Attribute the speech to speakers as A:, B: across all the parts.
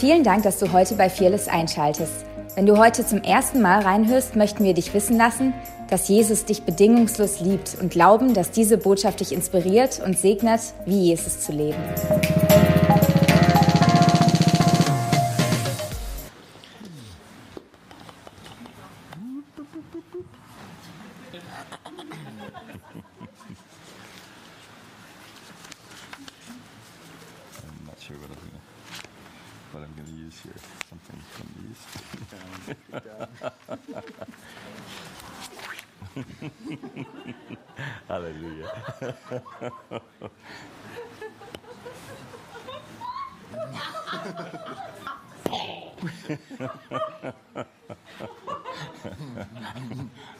A: Vielen Dank, dass du heute bei Fearless einschaltest. Wenn du heute zum ersten Mal reinhörst, möchten wir dich wissen lassen, dass Jesus dich bedingungslos liebt und glauben, dass diese Botschaft dich inspiriert und segnet, wie Jesus zu leben.
B: I'm not sure what I'm gonna what I'm gonna use here. Something from these. Hallelujah.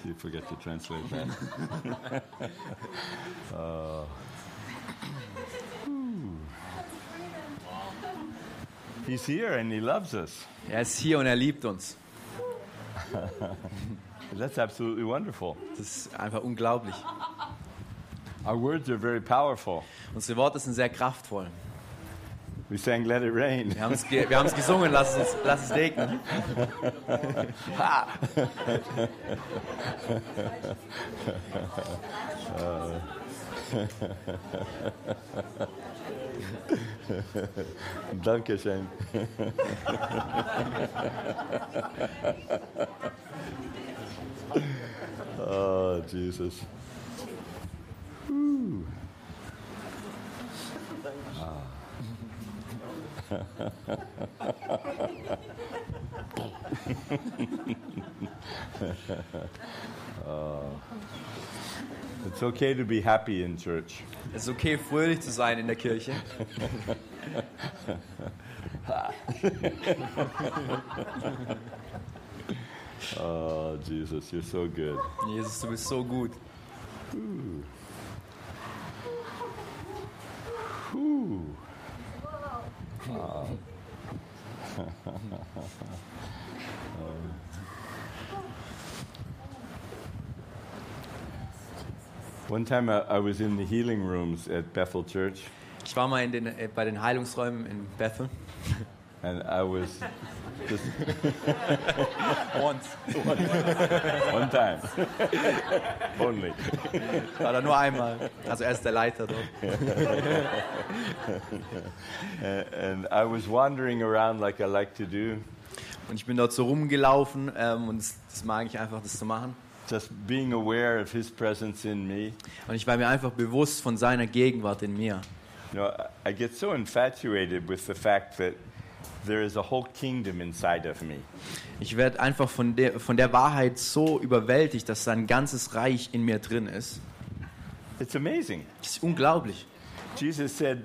B: you forget to translate that. He's here and he loves us.
C: Er ist hier und er liebt uns.
B: That's absolutely wonderful.
C: Das ist einfach unglaublich.
B: Our words are very powerful.
C: Unsere Worte sind sehr kraftvoll.
B: We sang Let It Rain.
C: Wir haben es ge wir haben's gesungen, lass es, lass es regnen.
B: Dankeschön. oh, Jesus. Whew. Ah. Oh. It's okay to be happy in church.
C: Es ist okay, fröhlich zu sein in der Kirche.
B: Oh, Jesus, you're so good.
C: Jesus, du bist so gut.
B: One time I, I was in the healing rooms at Bethel Church,
C: Ich war mal in den, äh, bei den Heilungsräumen in Bethel.
B: and I was just
C: Once.
B: one time only.
C: War da nur einmal. Also er ist der Leiter dort.
B: And I was wandering around like I like to do,
C: Und ich bin dort so rumgelaufen ähm, und das, das mag ich einfach, das zu machen.
B: just being aware of His presence in me.
C: Und ich war mir einfach bewusst von seiner Gegenwart in mir.
B: You know, I- I get so infatuated with the fact that there is a whole kingdom inside of me.
C: Ich werde einfach von der, von der Wahrheit so überwältigt, dass sein ganzes Reich in mir drin ist.
B: It's amazing.
C: Das ist unglaublich.
B: Jesus said,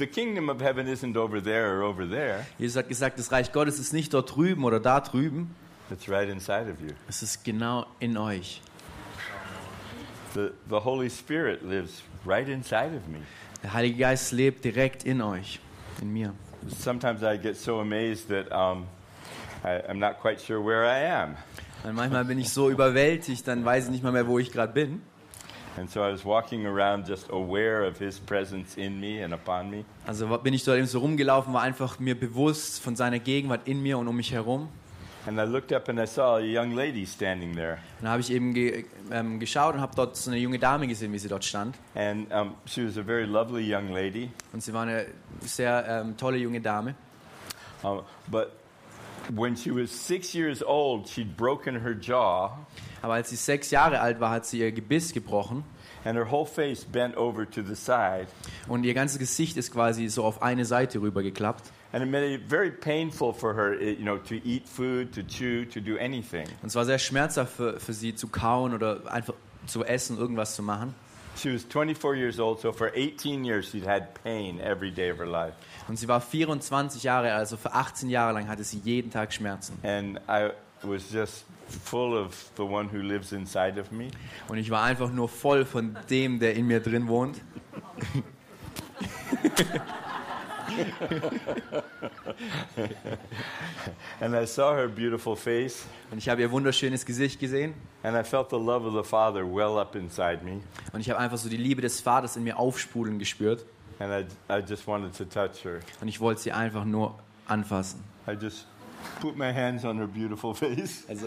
B: The kingdom of heaven isn't over there or over there,
C: Jesus hat gesagt, das Reich Gottes ist nicht dort drüben oder da drüben,
B: it's right inside of you.
C: es ist genau in euch.
B: The, the Holy Spirit lives right inside of me.
C: Der Heilige Geist lebt direkt in euch, in mir.
B: Sometimes I get so amazed that um, I, I'm not quite sure where I am.
C: Und manchmal bin ich so überwältigt, dann weiß ich nicht mal mehr, wo ich gerade bin.
B: And so I was walking around just aware of His presence in me and upon me.
C: Also bin ich dort eben so rumgelaufen, war einfach mir bewusst von seiner Gegenwart in mir und um mich herum.
B: And I looked up and I saw a young lady standing there.
C: Und dann habe ich eben ge ähm, geschaut und habe dort so eine junge Dame gesehen, wie sie dort stand.
B: And um, she was a very lovely young lady.
C: Und sie war eine sehr ähm, tolle junge Dame.
B: Um, but when she was six years old, she'd broken her jaw,
C: Aber als sie sechs Jahre alt war, hat sie ihr Gebiss gebrochen
B: and her whole face bent over to the side.
C: und ihr ganzes Gesicht ist quasi so auf eine Seite rübergeklappt.
B: And it made it very painful for her, it- you know, to eat food, to chew, to do anything.
C: Und es war sehr schmerzhaft für, für sie zu kauen oder einfach zu essen, irgendwas zu machen.
B: She was 24 years old, so for 18 years she'd had pain every day of her life.
C: Und sie war 24 Jahre, alt, also für 18 Jahre lang hatte sie jeden Tag Schmerzen.
B: And I was just full of the one who lives inside of me.
C: Und ich war einfach nur voll von dem, der in mir drin wohnt.
B: And I saw her beautiful face,
C: Und ich habe ihr wunderschönes Gesicht gesehen.
B: and I felt the love of the Father well up inside me.
C: Und ich habe einfach so die Liebe des Vaters in mir aufspulen gespürt.
B: And I, I just wanted to touch her.
C: Und ich wollte sie einfach nur anfassen.
B: I just put my hands on her beautiful face.
C: Also,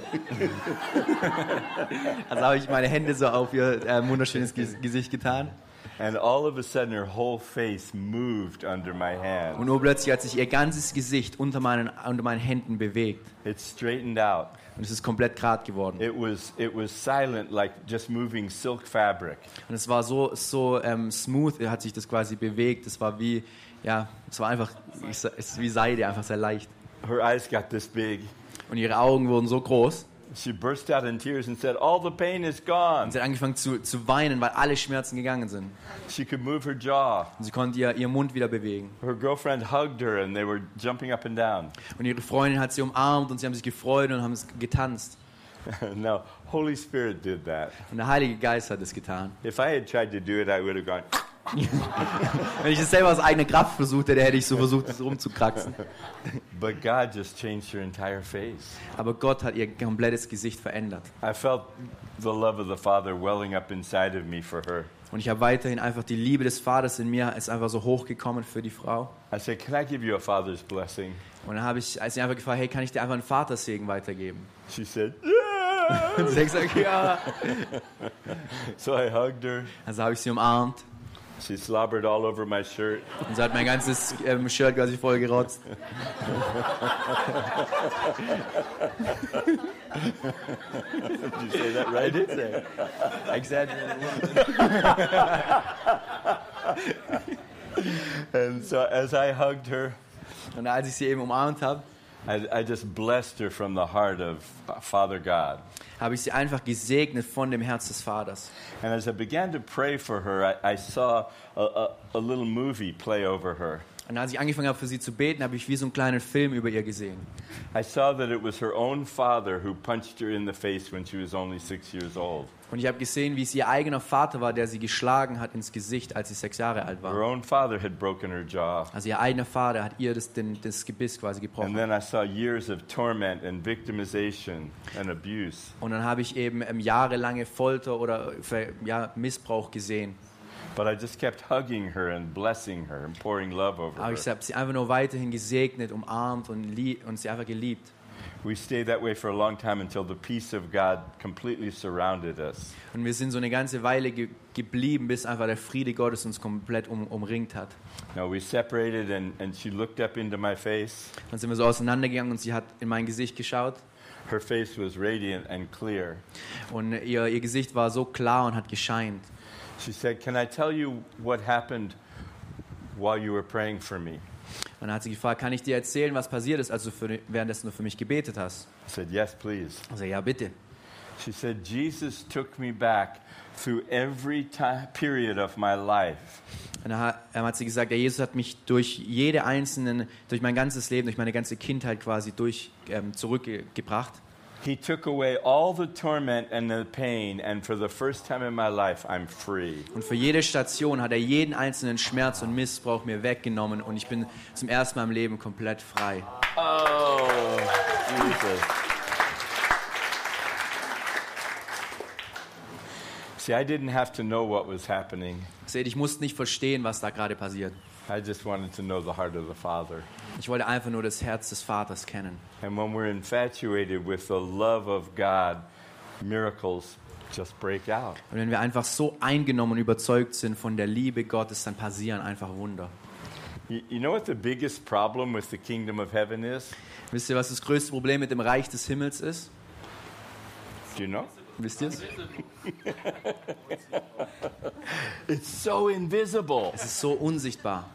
C: also habe ich meine Hände so auf ihr äh, wunderschönes Ges- Gesicht getan.
B: And all of a sudden, her whole face moved under my hand.
C: Und nur plötzlich hat sich ihr ganzes Gesicht unter meinen, unter meinen Händen bewegt.
B: It straightened out.
C: Und es ist komplett gerade geworden.
B: It was, it was silent, like just moving silk fabric.
C: Und es war so, so ähm, smooth, hat sich das quasi bewegt. Es war wie, ja, es war einfach, ich, sa- es ist wie Seide, einfach sehr leicht.
B: Her eyes got this big.
C: Und ihre Augen wurden so groß.
B: She burst out in tears and said, All the pain is
C: Und
B: gone.
C: sie hat angefangen zu, zu weinen, weil alle Schmerzen gegangen sind.
B: She could move her jaw.
C: Und sie konnte ihr, ihren Mund wieder bewegen.
B: Her girlfriend hugged her and they were jumping up and down.
C: Und ihre Freundin hat sie umarmt und sie haben sich gefreut und haben es getanzt.
B: no, Holy Spirit did that.
C: Und der Heilige Geist hat es getan.
B: If I had tried to do it, I would have gone, "Ah!"
C: Wenn ich es selber aus eigener Kraft versucht hätte, hätte ich so versucht, es rumzukraxen.
B: but God just changed her entire face.
C: Aber Gott hat ihr komplettes Gesicht verändert.
B: I felt the love of the Father welling up inside of me for her.
C: Und ich habe weiterhin einfach die Liebe des Vaters in mir, ist einfach so hochgekommen für die Frau.
B: I said, Can I give you a father's blessing?
C: Und dann habe ich als sie einfach gefragt, hey, kann ich dir einfach einen Vatersegen weitergeben?
B: She said, Yeah!
C: Und sie hat gesagt, ja.
B: so I hugged her.
C: Also habe ich sie umarmt
B: She slobbered all over my shirt.
C: und sie hat mein ganzes ähm, Shirt quasi voll gerotzt.
B: Did you say that right? I did say And so as I hugged her,
C: Und als ich sie eben umarmt habe,
B: I, I just blessed her from the heart of uh, Father God.
C: habe ich sie einfach gesegnet von dem Herz des Vaters.
B: And as I began to pray for her, I, I saw a, a, a little movie play over her.
C: Und als ich angefangen habe, für sie zu beten, habe ich wie so einen kleinen Film über ihr gesehen.
B: I saw that it was her own father who punched her in the face when she was only six years old.
C: Und ich habe gesehen, wie es ihr eigener Vater war, der sie geschlagen hat ins Gesicht, als sie sechs Jahre alt
B: Her
C: war.
B: own father had broken her jaw.
C: Also ihr eigener Vater hat ihr das, den, das Gebiss quasi
B: And
C: gebrochen.
B: then I saw years of torment and victimization and abuse.
C: Und dann habe ich eben ähm, jahrelange Folter oder äh, Ver- ja, Missbrauch gesehen.
B: But I just kept hugging her and blessing her and pouring love over
C: Aber ich
B: her.
C: habe sie einfach nur weiterhin gesegnet, umarmt und, lieb, und sie einfach geliebt.
B: We stayed that way for a long time until the peace of God completely surrounded us.
C: Und wir sind so eine ganze Weile ge geblieben, bis einfach der Friede Gottes uns komplett um umringt hat.
B: Now we separated, and, and she looked up into my face.
C: Dann sind wir so auseinandergegangen und sie hat in mein Gesicht geschaut.
B: Her face was radiant and clear.
C: Und ihr, ihr Gesicht war so klar und hat gescheint.
B: She said, Can I tell you what happened while you were praying for me?
C: Und dann hat sie gefragt, kann ich dir erzählen, was passiert ist, als du für, währenddessen du für mich gebetet
B: I
C: hast?
B: said, Yes, please.
C: Also ja, bitte.
B: She said, Jesus took me back through every time, period of my life.
C: Und dann hat, ähm, hat sie gesagt, ja, Jesus hat mich durch jede einzelnen, durch mein ganzes Leben, durch meine ganze Kindheit quasi durch ähm, zurückgebracht.
B: He took away all the torment and the pain, and for the first time in my life, I'm free.
C: Und für jede Station hat er jeden einzelnen Schmerz und Missbrauch mir weggenommen und ich bin zum ersten Mal im Leben komplett frei.
B: Oh, Jesus. See, I didn't have to know what was happening.
C: Seht, ich musste nicht verstehen, was da gerade passiert.
B: I just wanted to know the heart of the Father.
C: Ich wollte einfach nur das Herz des Vaters kennen.
B: And when we're infatuated with the love of God, miracles just break out.
C: Und wenn wir einfach so eingenommen und überzeugt sind von der Liebe Gottes, dann passieren einfach Wunder.
B: You, you know what the biggest problem with the kingdom of heaven is?
C: Wisst ihr, was das größte Problem mit dem Reich des Himmels ist?
B: Do you know?
C: Wisst ihr es?
B: It's so invisible.
C: Es ist so unsichtbar.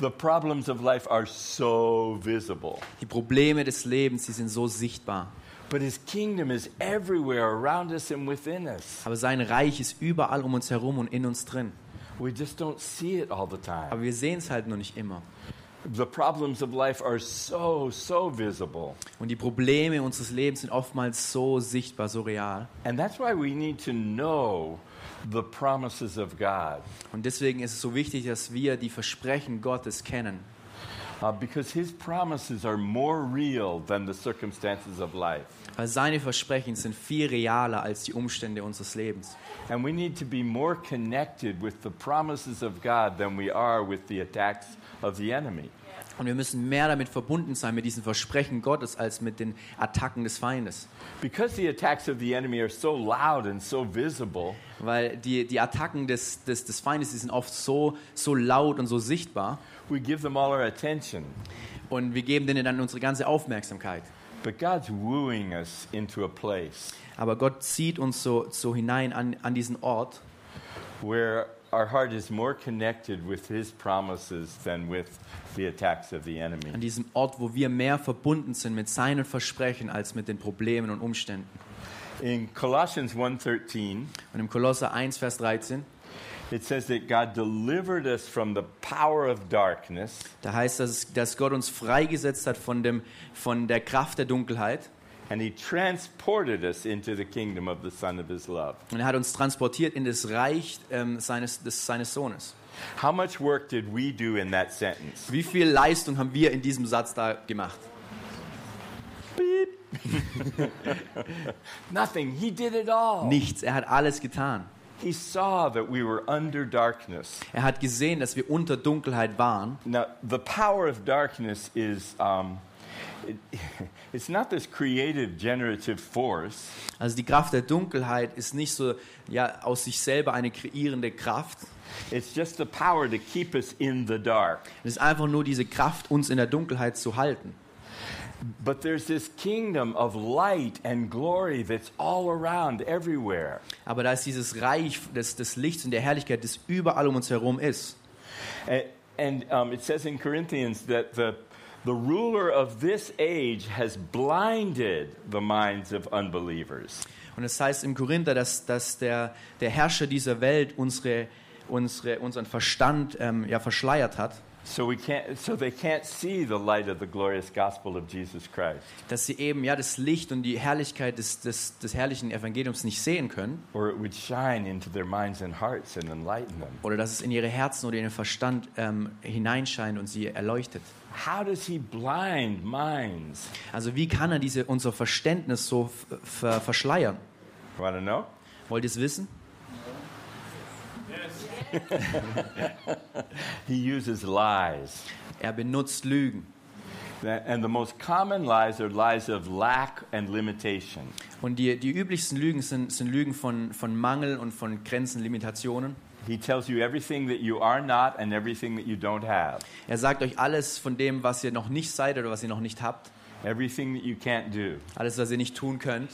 B: The problems of life are so visible.
C: Die Probleme des Lebens, die sind so sichtbar.
B: But his kingdom is everywhere around us and within us.
C: Aber sein Reich ist überall um uns herum und in uns drin.
B: We just don't see it all the time.
C: Aber wir sehen es halt nur nicht immer.
B: The problems of life are so, so visible.
C: Und die Probleme unseres Lebens sind oftmals so sichtbar, so real.
B: And that's why we need to know the promises of God.
C: Und deswegen ist es so wichtig, dass wir die Versprechen Gottes kennen.
B: Uh, because his promises are more real than the circumstances of life.
C: Weil seine Versprechen sind viel realer als die Umstände unseres Lebens.
B: And we need to be more connected with the promises of God than we are with the attacks of the enemy.
C: Und wir müssen mehr damit verbunden sein, mit diesen Versprechen Gottes, als mit den Attacken des Feindes.
B: Because the attacks of the enemy are so loud and so visible,
C: Weil die, die Attacken des, des, des Feindes, die sind oft so, so laut und so sichtbar.
B: we give them all our attention.
C: Und wir geben denen dann unsere ganze Aufmerksamkeit.
B: But God's wooing us into a place
C: Aber Gott zieht uns so, so hinein an, an diesen Ort,
B: where our heart is more connected with His promises than with the attacks of the enemy.
C: an diesem Ort, wo wir mehr verbunden sind mit seinen Versprechen als mit den Problemen und Umständen.
B: In Colossians 1:13,
C: Und im Kolosser 1, Vers 13,
B: it says that God delivered us from the power of darkness
C: da heißt es, dass Gott uns freigesetzt hat von, dem, von der Kraft der Dunkelheit.
B: and He transported us into the kingdom of the Son of His love.
C: Und er hat uns transportiert in das Reich ähm, seines, des, seines Sohnes.
B: How much work did we do in that sentence?
C: Wie viel Leistung haben wir in diesem Satz da gemacht?
B: Nothing. He did it all.
C: Nichts. Er hat alles getan.
B: He saw that we were under darkness.
C: Er hat gesehen, dass wir unter Dunkelheit waren.
B: Now, the power of darkness is. Um, it, it's not this creative generative force.
C: Also die Kraft der Dunkelheit ist nicht so ja, aus sich selber eine kreierende Kraft.
B: It's just the power to keep us in the dark.
C: Es ist einfach nur diese Kraft, uns in der Dunkelheit zu halten.
B: But there's this kingdom of light and glory that's all around everywhere.
C: Aber da ist dieses Reich des, des Lichts und der Herrlichkeit, das überall um uns herum ist.
B: And, and um, it says in Corinthians that the, the ruler of this age has blinded the minds of unbelievers.
C: Und es heißt im Korinther, dass, dass der, der Herrscher dieser Welt unsere, unsere, unseren Verstand ähm, ja, verschleiert hat,
B: So, we can't, so they can't see the light of the glorious gospel of Jesus Christ
C: dass sie eben ja das Licht und die Herrlichkeit des, des, des herrlichen Evangeliums nicht sehen können
B: or it would shine into their minds and hearts and enlighten them.
C: oder dass es in ihre Herzen oder in ihren Verstand ähm, hineinscheint und sie erleuchtet.
B: How does he blind minds?
C: Also wie kann er diese, unser Verständnis so f- ver verschleiern?
B: Want to know?
C: Wollt ihr es wissen?
B: He uses lies.
C: Er benutzt Lügen.
B: That- And the most common lies are lies of lack and limitation.
C: Und die, die üblichsten Lügen sind, sind Lügen von, von Mangel und von Grenzen, Limitationen.
B: He tells you everything that you are not and everything that you don't have,
C: Er sagt euch alles von dem, was ihr noch nicht seid oder was ihr noch nicht habt.
B: everything that you can't do,
C: Alles, was ihr nicht tun könnt.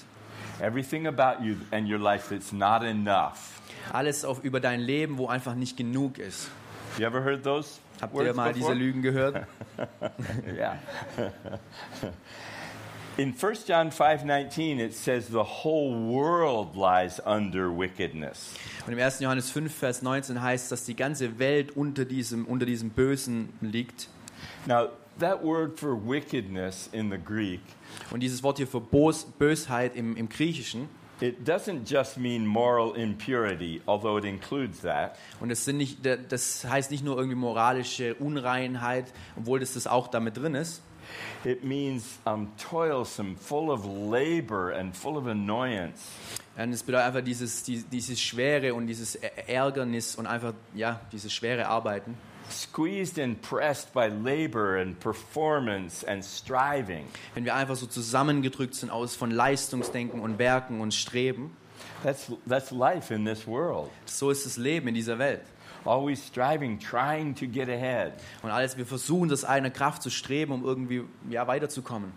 B: everything about you and your life that's not enough.
C: Alles auf, über dein Leben, wo einfach nicht genug ist.
B: You ever heard those?
C: Habt ihr
B: words
C: mal diese
B: before?
C: Lügen gehört?
B: Yeah. In 1 John 5:19 it says the whole world lies under wickedness.
C: Und im 1. Johannes 5, Vers 19 heißt, dass die ganze Welt unter diesem, unter diesem Bösen liegt.
B: Now, that word for wickedness in the Greek,
C: Und dieses Wort hier für Bos, Bösheit im, im Griechischen,
B: it doesn't just mean moral impurity, although it includes that.
C: und das, sind nicht, das heißt nicht nur irgendwie moralische Unreinheit, obwohl das, das auch damit drin ist,
B: It means um, toilsome, full of labor and full of annoyance.
C: Ähm, Es bedeutet einfach dieses, die, dieses Schwere und dieses Ä- Ärgernis und einfach, ja, dieses schwere Arbeiten.
B: Squeezed and pressed by labor and performance and striving.
C: Wenn wir einfach so zusammengedrückt sind aus von Leistungsdenken und Werken und Streben,
B: That's, that's life in this world.
C: so ist das Leben in dieser Welt.
B: Always striving, trying to get ahead.
C: Und alles, wir versuchen, das eigener Kraft zu streben, um irgendwie ja, weiterzukommen.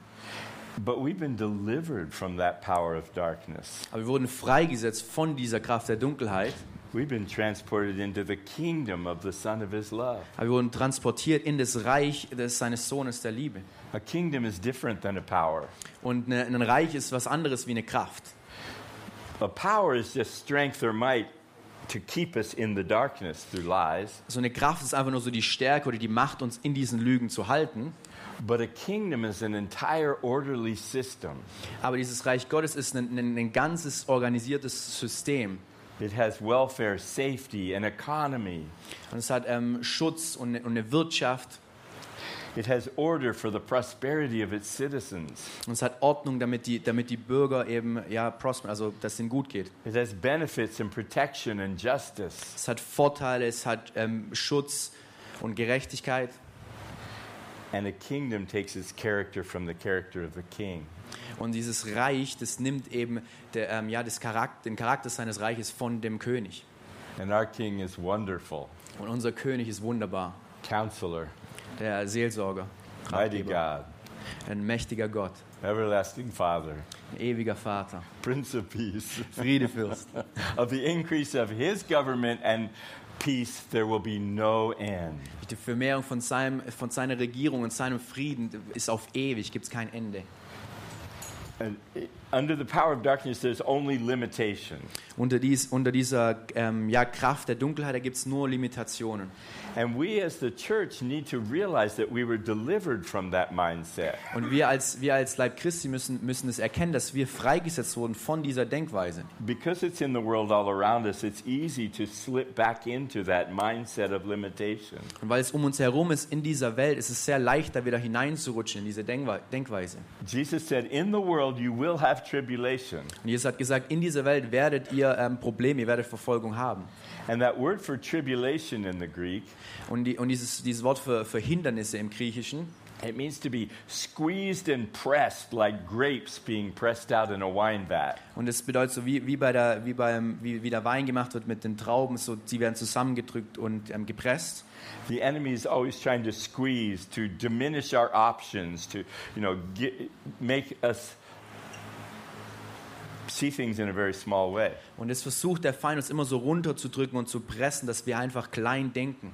B: But we've been delivered from that power of darkness.
C: Aber wir wurden freigesetzt von dieser Kraft der Dunkelheit.
B: We've been transported into the kingdom of the Son of His love.
C: Aber wir wurden transportiert in das Reich des, seines Sohnes der Liebe.
B: A kingdom is different than a power.
C: Und ne, ein Reich ist was anderes wie eine Kraft.
B: A power is just strength or might to keep us in the darkness through lies.
C: So Also eine Kraft ist einfach nur so die Stärke oder die Macht, uns in diesen Lügen zu halten.
B: But a kingdom is an entire orderly system.
C: Aber dieses Reich Gottes ist ein, ein, ein ganzes organisiertes System.
B: It has welfare, safety, an economy.
C: Und es hat ähm, Schutz und, eine- und eine Wirtschaft.
B: It has order for the prosperity of its citizens.
C: Und es hat Ordnung, damit die, damit die Bürger eben, ja, prosper, also dass es ihnen gut geht.
B: It has benefits and protection and justice.
C: Es hat Vorteile, es hat ähm, Schutz und Gerechtigkeit.
B: And a kingdom takes its character from the character of the king.
C: Und dieses Reich, das nimmt eben der, ähm, ja, das Charakter, den Charakter seines Reiches von dem König.
B: And our king is wonderful,
C: Und unser König ist wunderbar,
B: counselor,
C: der Seelsorger,
B: mighty
C: Ratgeber,
B: God,
C: ein mächtiger Gott,
B: everlasting Father,
C: ein ewiger Vater,
B: Prince of Peace.
C: Friedefürst.
B: of the increase of his government and peace, there will be no end.
C: Die Vermehrung von, seinem, von seiner Regierung und seinem Frieden ist auf ewig, gibt es kein Ende.
B: And it- under the power of darkness, there's only limitation.
C: Unter, dies, unter dieser ähm, ja, Kraft der Dunkelheit, da gibt es nur Limitationen.
B: And we as the church need to realize that we were delivered from that mindset.
C: Und wir als, wir als Leib Christi müssen, müssen es erkennen, dass wir freigesetzt wurden von dieser Denkweise.
B: Because it's in the world all around us, it's easy to slip back into that mindset of limitation.
C: Und weil es um uns herum ist, in dieser Welt, ist es sehr leicht, da wieder hineinzurutschen in diese Denkwe Denkweise.
B: Jesus said, In the world, you will have tribulation.
C: Und Jesus hat gesagt, in dieser Welt werdet ihr ähm, Probleme, ihr werdet Verfolgung haben.
B: And that word for tribulation in the Greek,
C: Und, die, und dieses, dieses Wort für, für Hindernisse im Griechischen,
B: it means to be squeezed and pressed like grapes being pressed out in a wine vat.
C: und das bedeutet so, wie, wie, bei der, wie, beim, wie, wie der Wein gemacht wird mit den Trauben, so, die werden zusammengedrückt und ähm, gepresst.
B: The enemy is always trying to squeeze, to diminish our options, to you know get, make us see things in a very small way.
C: Und es versucht der Feind, uns immer so runterzudrücken und zu pressen, dass wir einfach klein denken.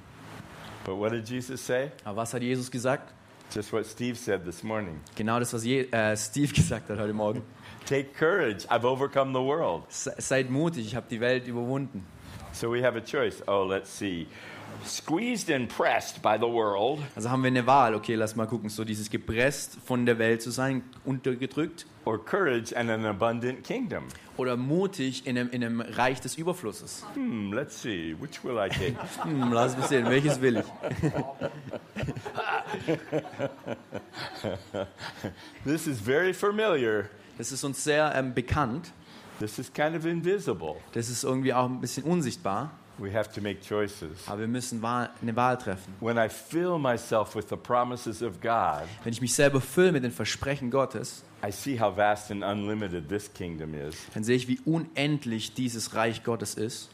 B: But what did Jesus say?
C: Aber was hat Jesus gesagt?
B: Just what Steve said this morning.
C: Genau das, was Je äh, Steve gesagt hat heute Morgen.
B: Take courage. I've overcome the world.
C: Se seid mutig, ich habe die Welt überwunden.
B: So we have a choice. Oh, let's see. Squeezed and pressed by the world,
C: Also haben wir eine Wahl. Okay, lass mal gucken. So dieses gepresst von der Welt zu sein, untergedrückt.
B: or courage and an abundant kingdom.
C: Oder mutig in einem, in einem Reich des Überflusses.
B: Hmm, let's see. Which will I take?
C: Hm, lass mich sehen, welches will ich?
B: this is very familiar.
C: Das ist uns sehr ähm, bekannt.
B: This is kind of invisible.
C: Das ist irgendwie auch ein bisschen unsichtbar.
B: We have to make choices.
C: Aber wir müssen Wahl, eine Wahl treffen.
B: When I fill myself with the promises of God,
C: Wenn ich mich selber fülle mit den Versprechen Gottes,
B: I see how vast and unlimited this kingdom is.
C: dann sehe ich, wie unendlich dieses Reich Gottes ist.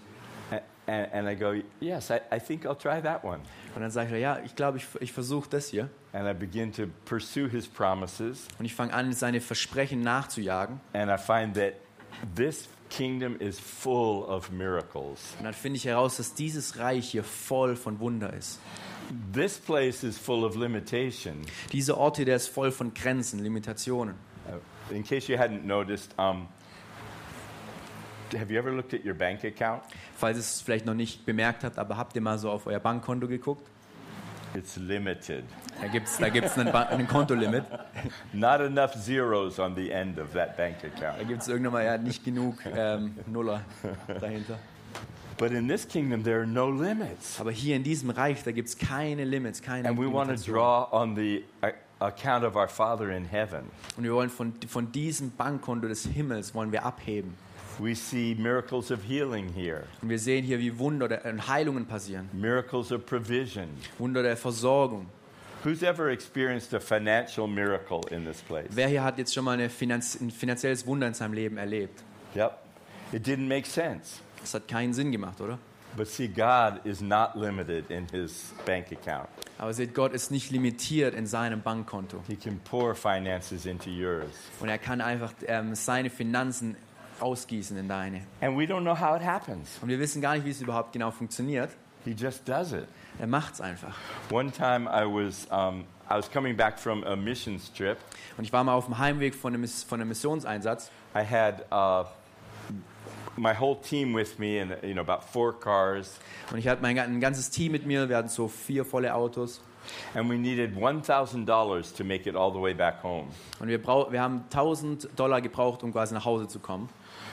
B: A- And, and I go, yes, I, I think I'll try that one.
C: Und dann sage ich, mir, ja, ich glaube, ich, ich versuche das hier.
B: And I begin to pursue his promises,
C: Und ich fange an, seine Versprechen nachzujagen.
B: and I find that this kingdom is full of miracles.
C: Und dann finde ich heraus, dass dieses Reich hier voll von Wunder ist.
B: This place is full of limitation.
C: Dieser Ort hier, der ist voll von Grenzen, Limitationen.
B: Uh, In case you hadn't noticed, um, have you ever looked at your bank account?
C: Falls ihr es vielleicht noch nicht bemerkt habt, aber habt ihr mal so auf euer Bankkonto geguckt?
B: It's limited.
C: Da gibt es da gibt's einen, ba einen Kontolimit.
B: Not enough zeros on the end of that bank account.
C: Da gibt es irgendwann mal ja, nicht genug ähm, Nuller dahinter.
B: But in this kingdom, there are no limits.
C: Aber hier in diesem Reich, da gibt es keine Limits, keine
B: And we want to
C: Limitationen.
B: draw on the uh, account of our Father in heaven.
C: Und wir wollen von, von diesem Bankkonto des Himmels wollen wir abheben.
B: We see miracles of healing here,
C: Und wir sehen hier, wie Wunder der, und Heilungen passieren.
B: miracles of provision.
C: Wunder der Versorgung.
B: Who's ever experienced a financial miracle in this place?
C: Wer hier hat jetzt schon mal eine Finanz ein finanzielles Wunder in seinem Leben erlebt?
B: Yep. It didn't make sense.
C: Das hat keinen Sinn gemacht, oder?
B: But see, God is not limited in his bank account.
C: Aber seht, Gott ist nicht limitiert in seinem Bankkonto.
B: He can pour finances into yours.
C: Und er kann einfach ähm, seine Finanzen ausgießen in deine.
B: And we don't know how it happens.
C: Und wir wissen gar nicht, wie es überhaupt genau funktioniert.
B: He just does it.
C: Er macht's einfach.
B: One time I was, um, I was coming back from a missions trip
C: Und ich war mal auf dem Heimweg von einem, Miss- von einem Missionseinsatz.
B: I had uh, my whole team with me, and you know, about four cars,
C: Und ich hatte mein gan- ein ganzes Team mit mir. Wir hatten so vier volle Autos.
B: and we needed one thousand dollars to make it all the way back home.
C: Und wir, brau wir haben 1000 Dollar gebraucht, um quasi nach Hause zu kommen.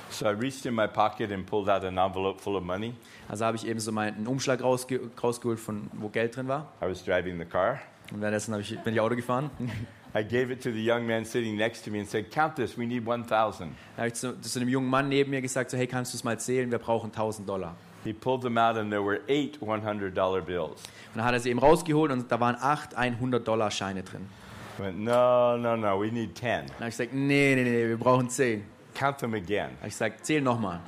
B: So I reached in my pocket and pulled out an envelope full of money.
C: Also habe ich eben so meinen einen Umschlag rausge rausgeholt, von, wo Geld drin war.
B: I was driving the car.
C: Und währenddessen habe ich, bin ich Auto gefahren.
B: I gave it to the young man sitting next to me and said, "Count this. We need one thousand.
C: Da habe ich zu, zu einem jungen Mann neben mir gesagt, so, hey, kannst du es mal zählen? Wir brauchen 1000 Dollar.
B: He pulled them out, and there were eight $100 bills.
C: Und dann hat er sie eben rausgeholt und da waren acht 100-Dollar-Scheine drin.
B: I went, no, no, no, we need 10.
C: Dann habe ich gesagt, nee, nee, nee, wir brauchen zehn.
B: Count them again.
C: Dann habe ich gesagt, zähl nochmal.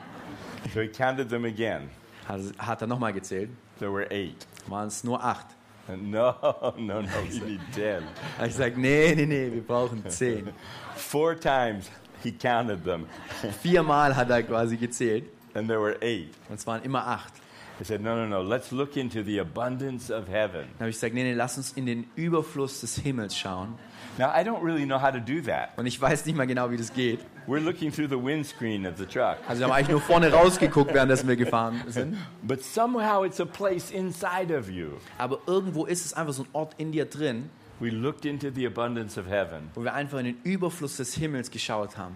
B: So he counted them again.
C: Hat, hat er nochmal gezählt,
B: There were eight.
C: waren es nur acht.
B: And no, no, no, we need 10.
C: Dann habe ich gesagt, nee, nee, nee, wir brauchen zehn.
B: Four times he counted them,
C: Viermal hat er quasi gezählt
B: and there were eight.
C: und es waren immer acht.
B: He said, no, no, no, let's look into the abundance of heaven.
C: Dann habe ich gesagt, nee, nee, lass uns in den Überfluss des Himmels schauen.
B: Now, I don't really know how to do that.
C: Und ich weiß nicht mal genau, wie das geht.
B: We're looking through the windscreen of the truck,
C: Also wir haben eigentlich nur vorne rausgeguckt, währenddessen wir gefahren sind.
B: but somehow it's a place inside of you.
C: Aber irgendwo ist es einfach so ein Ort in dir drin,
B: We looked into the abundance of heaven,
C: wo wir einfach in den Überfluss des Himmels geschaut haben.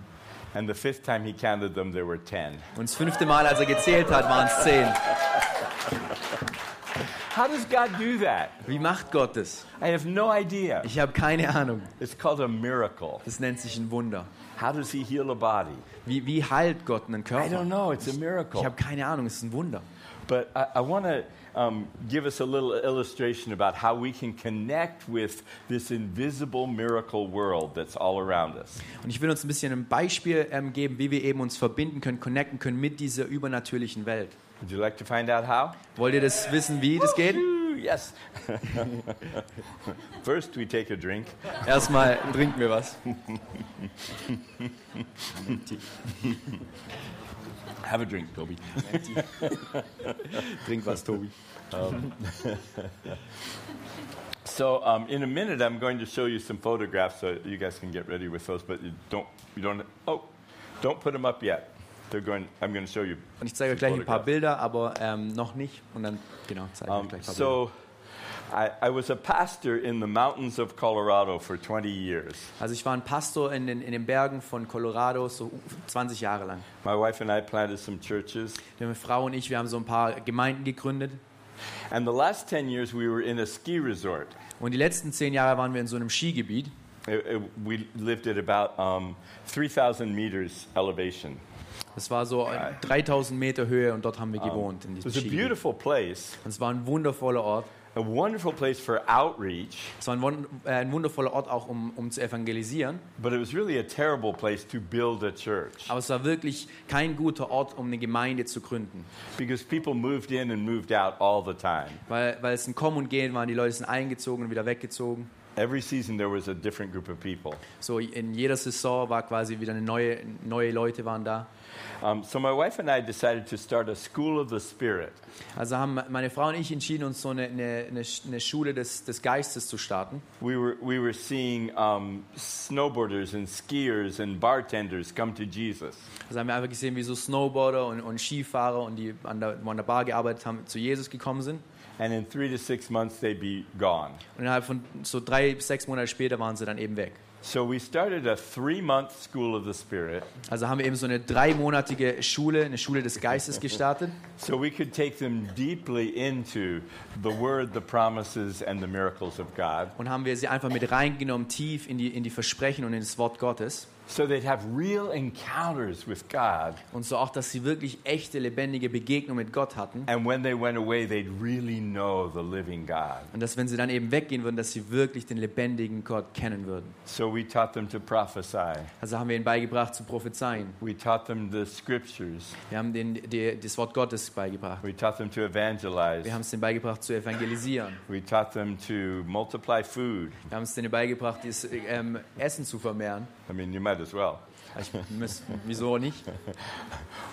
B: and the fifth time he counted them, there were 10.
C: Und das fünfte Mal, als er gezählt hat, waren es zehn.
B: How does God do that?
C: Wie macht Gott das?
B: I have no idea.
C: Ich habe keine Ahnung.
B: It's called a miracle.
C: Das nennt sich ein Wunder.
B: How does he heal a body?
C: Wie, wie heilt Gott einen
B: I don't
C: Körper?
B: know. It's a
C: Ich
B: miracle.
C: habe keine Ahnung, es ist ein Wunder.
B: But I, I want to um, give us a little illustration about how we can connect with this invisible miracle world that's all around us.
C: Und ich will uns ein bisschen ein Beispiel ähm, geben, wie wir eben uns verbinden können, connecten können mit dieser übernatürlichen Welt.
B: Would you like to find out how?
C: Wollt ihr das wissen, wie das geht?
B: Ooh, yes. First, we take a drink.
C: Erstmal trinken wir was.
B: Have a drink, Toby.
C: Trink was, Tobi.
B: So, um, in a minute, I'm going to show you some photographs so you guys can get ready with those. But you don't, you don't. Oh, don't put them up yet. They're going. I'm going to show you.
C: Und ich zeige euch
B: some
C: gleich ein paar
B: photographs.
C: Bilder, aber ähm, noch nicht. Und dann, genau, zeige ich euch
B: Um,
C: gleich ein paar Bilder.
B: so, I, I was a pastor in the mountains of Colorado for 20 years.
C: Also ich war ein Pastor in den, in den Bergen von Colorado so 20 Jahre lang.
B: My wife and I planted some churches.
C: Meine Frau und ich, wir haben so ein paar Gemeinden gegründet.
B: And the last 10 years, we were in a ski resort.
C: Und die letzten zehn Jahre waren wir in so einem Skigebiet.
B: It- it- we lived at about um, 3,000 meters elevation.
C: Das war so 3000 Meter Höhe und dort haben wir
B: Ähm,
C: gewohnt. In
B: It
C: diesem
B: was a
C: Skigebiet.
B: beautiful place,
C: Und es war ein wundervoller Ort.
B: a wonderful place for outreach,
C: Es war ein, wun- äh, ein wundervoller Ort auch, um, um zu evangelisieren.
B: but it was really a terrible place to build a church
C: Aber es war wirklich kein guter Ort, um eine Gemeinde zu gründen.
B: because people moved in and moved out all the time.
C: Weil, weil es ein Kommen und Gehen waren. Die Leute sind eingezogen und wieder weggezogen.
B: Every season, there was a different group of people.
C: So in jeder Saison war quasi wieder eine neue, neue Leute waren da.
B: Um, so, my wife and I decided to start a school of the Spirit.
C: Also haben meine Frau und ich entschieden, uns so eine, eine, eine Sch- eine Schule des, des Geistes zu starten.
B: We were, we were seeing um, snowboarders and skiers and bartenders come to Jesus.
C: Also haben wir einfach gesehen, wie so Snowboarder und, und Skifahrer und die an der, wo an der Bar gearbeitet haben, zu Jesus gekommen sind.
B: And in three to six months, they'd be gone.
C: Und innerhalb von so drei, sechs Monaten später waren sie dann eben weg.
B: So we started a three month school of the Spirit
C: Also haben wir eben so eine dreimonatige Schule, eine Schule des Geistes gestartet,
B: so we could take them deeply into the Word, the promises, and the miracles of God
C: und haben wir sie einfach mit reingenommen, tief in die, in die Versprechen und in das Wort Gottes.
B: so they'd have real encounters with God.
C: Und so auch, dass sie wirklich echte, lebendige Begegnung mit Gott hatten.
B: And when they went away, they'd really know the living God.
C: Und dass, wenn sie dann eben weggehen würden, dass sie wirklich den lebendigen Gott kennen würden.
B: So we taught them to prophesy,
C: Also haben wir ihnen beigebracht zu prophezeien.
B: we taught them the scriptures,
C: Wir haben denen die, das Wort Gottes beigebracht.
B: we taught them to evangelize.
C: Wir haben es denen beigebracht zu evangelisieren.
B: We taught them to multiply food.
C: Wir haben es denen beigebracht, das äh, ähm, Essen zu vermehren.
B: I mean, you might as well.
C: Ich muss, wieso nicht?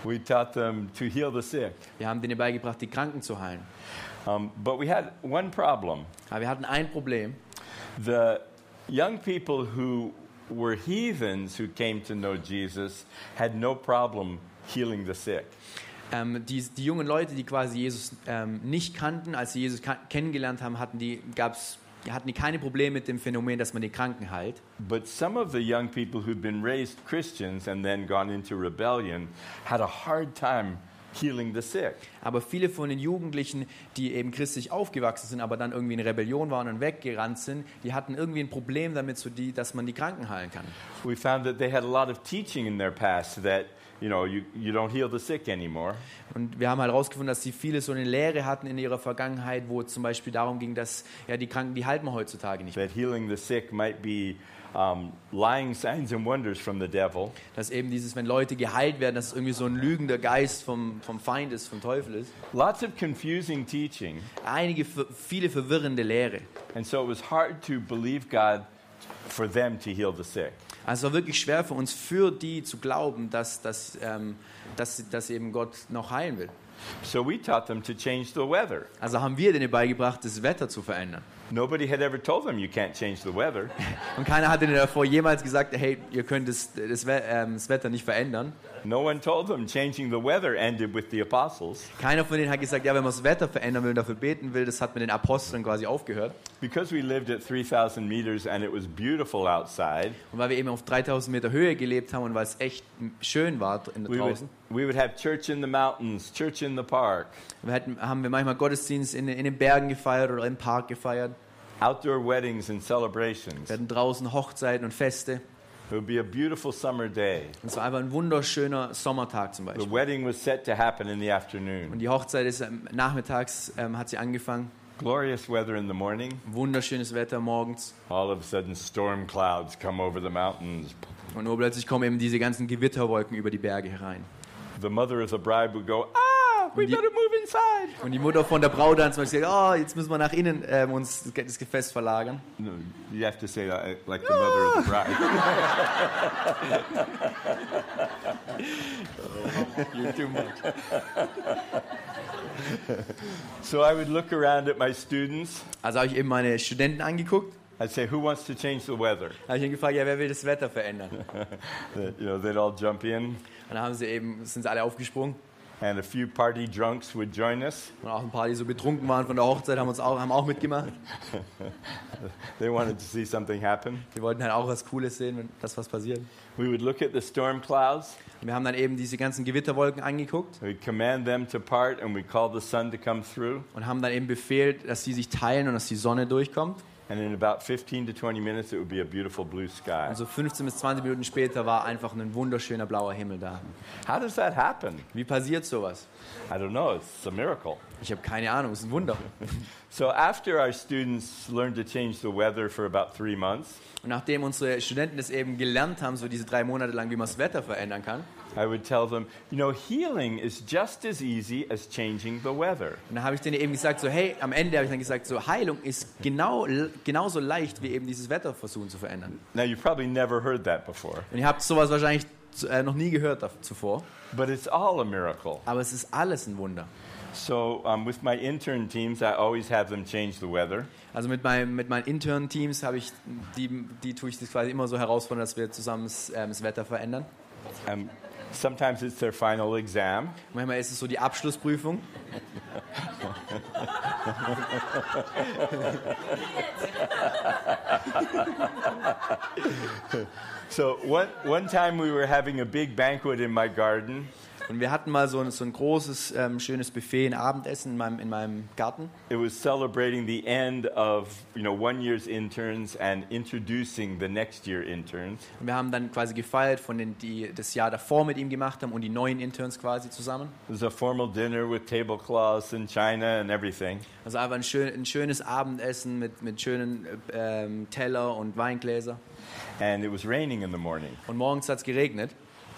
B: We taught them to heal the sick.
C: Wir haben denen beigebracht, die Kranken zu heilen.
B: Um, but we had one problem.
C: Aber wir hatten ein Problem.
B: The young people who were heathens who came to know Jesus had no problem healing the sick.
C: Ähm, die, die jungen Leute, die quasi Jesus ähm, nicht kannten, als sie Jesus kan- kennengelernt haben, hatten die, gab's, hatten die keine Probleme mit dem Phänomen, dass man die Kranken heilt.
B: But some of the young people who'd been raised Christians and then gone into rebellion had a hard time healing the sick.
C: Aber viele von den Jugendlichen, die eben christlich aufgewachsen sind, aber dann irgendwie in Rebellion waren und weggerannt sind, die hatten irgendwie ein Problem damit, so die, dass man die Kranken heilen kann.
B: We found that they had a lot of teaching in their past that you know, you, you don't heal the sick anymore.
C: Und wir haben halt herausgefunden, dass sie viele so eine Lehre hatten in ihrer Vergangenheit, wo es zum Beispiel darum ging, dass ja, die Kranken, die halten wir heutzutage nicht. mehr.
B: That healing the sick might be um, lying signs and wonders from the devil.
C: Dass eben dieses, wenn Leute geheilt werden, dass es irgendwie so ein lügender Geist vom, vom Feind ist, vom Teufel ist.
B: Lots of confusing teaching.
C: Einige, ver- viele verwirrende Lehre.
B: And so it was hard to believe God for them to heal the sick.
C: Also es war wirklich schwer für uns, für die zu glauben, dass, dass, ähm, dass, dass eben Gott noch heilen will.
B: So we taught them to change the weather.
C: Also haben wir denen beigebracht, das Wetter zu verändern.
B: Nobody had ever told them you can't change the weather.
C: Und keiner hat denen davor jemals gesagt, hey, ihr könnt das, das, We- ähm, das Wetter nicht verändern.
B: No one told them changing the weather ended with the apostles
C: Keiner von denen hat gesagt, ja, wenn man das Wetter verändern will und dafür beten will, das hat mit den Aposteln quasi aufgehört.
B: because we lived at 3,000 meters and it was beautiful outside.
C: Und weil wir eben auf 3000 Meter Höhe gelebt haben und weil es echt schön war in
B: We would,
C: draußen,
B: we would have church in the mountains, church in the park,
C: wir hatten, haben wir manchmal Gottesdienst in, den- in den Bergen gefeiert oder im Park gefeiert.
B: outdoor weddings and celebrations.
C: Wir hatten draußen Hochzeiten und Feste.
B: It would be a beautiful summer day.
C: Und es war einfach ein wunderschöner Sommertag zum
B: The
C: Beispiel.
B: wedding was set to happen in the afternoon.
C: Und die Hochzeit ist ähm, nachmittags, ähm, hat sie angefangen.
B: Glorious weather in the morning.
C: Wunderschönes Wetter morgens.
B: All of a sudden, storm clouds come over the mountains.
C: Und nur plötzlich kommen eben diese ganzen Gewitterwolken über die Berge herein.
B: The mother of the bride would go, Ah, we
C: Und die-
B: better move inside.
C: Und die Mutter von der Braut dann zum Beispiel sagt, oh, jetzt müssen wir nach innen ähm, uns das Ge- das Gefäß verlagern.
B: No, you have to say that uh, like the mother of the bride.
C: You're too much.
B: so I would look around at my students.
C: Also habe ich eben meine Studenten angeguckt.
B: I'd say, Who wants to change the weather?
C: habe ich ihn gefragt, ja, wer will das Wetter verändern? Und
B: The- you know, they'd all jump in,
C: dann haben sie eben, sind sie alle aufgesprungen.
B: and a few party drunks would join us.
C: Und auch ein paar, die so betrunken waren von der Hochzeit, haben, uns auch, haben auch mitgemacht.
B: They wanted to see something happen.
C: Die wollten halt auch was Cooles sehen, wenn das was passiert.
B: We would look at the storm clouds.
C: Und wir haben dann eben diese ganzen Gewitterwolken angeguckt
B: We'd command them to part, and we'd call the sun to come through.
C: und haben dann eben befehlt, dass sie sich teilen und dass die Sonne durchkommt.
B: And in about 15 to 20 minutes, it would be a beautiful blue sky.
C: Also 15 bis 20 Minuten später war einfach ein wunderschöner blauer Himmel da.
B: How does that happen?
C: Wie passiert sowas?
B: I don't know. It's a miracle.
C: Ich habe keine Ahnung, es ist ein Wunder.
B: So after our students learned to change the weather for about three months,
C: Und nachdem unsere Studenten das eben gelernt haben, so diese drei Monate lang, wie man das Wetter verändern kann,
B: I would tell them, you know, healing is just as easy as changing the weather.
C: Und dann habe ich denen eben gesagt, so hey, am Ende habe ich dann gesagt, so Heilung ist genau, genauso leicht, wie eben dieses Wetter versuchen zu verändern.
B: Now, you've probably never heard that before,
C: Und ihr habt sowas wahrscheinlich zu- äh, noch nie gehört da- zuvor,
B: but it's all a miracle.
C: aber es ist alles ein Wunder.
B: So, um, with my intern teams, I always have them change the weather.
C: Also mit, meinem, mit meinen internen Teams habe ich, die, die tue ich das quasi immer so herausfordern, dass wir zusammen das, ähm, das Wetter verändern.
B: Um, sometimes it's their final exam.
C: Manchmal ist es so die Abschlussprüfung.
B: So, one, one time we were having a big banquet in my garden,
C: Und wir hatten mal so ein, so ein großes, ähm, schönes Buffet, ein Abendessen in meinem, in meinem Garten.
B: It was celebrating the end of, you know, one year's interns and introducing the next year interns.
C: Und wir haben dann quasi gefeiert von denen, die das Jahr davor mit ihm gemacht haben und die neuen Interns quasi zusammen.
B: It was a formal dinner with tablecloths and china and everything.
C: Also einfach ein, schön, ein schönes Abendessen mit, mit schönen äh, ähm, Teller und Weingläser.
B: And it was raining in the morning.
C: Und morgens hat es geregnet.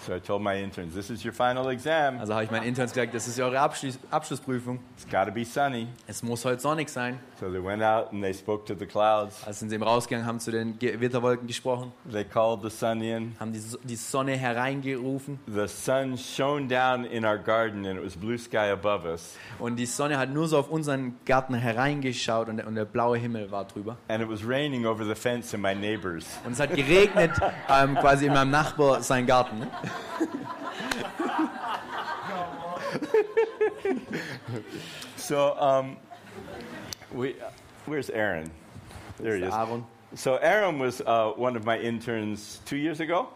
B: So I told my interns, this is your final exam.
C: Also habe ich meinen Interns gesagt, das ist ja eure Abschluss, Abschlussprüfung.
B: It's got to be sunny.
C: Es muss heute sonnig sein.
B: So they went out and they spoke to the clouds.
C: Also sind sie eben rausgegangen, haben zu den Gewitterwolken gesprochen,
B: They called the sun in.
C: haben die, So- die Sonne hereingerufen.
B: The sun shone down in our garden and it was blue sky above us.
C: Und die Sonne hat nur so auf unseren Garten hereingeschaut und der, und der blaue Himmel war drüber.
B: And it was raining over the fence in my neighbor's.
C: Und es hat geregnet ähm, quasi in meinem Nachbar seinen Garten. ne?
B: So, um, we, where's Aaron? There he
C: Der
B: is.
C: Aaron.
B: So Aaron was uh, one of my interns two years ago,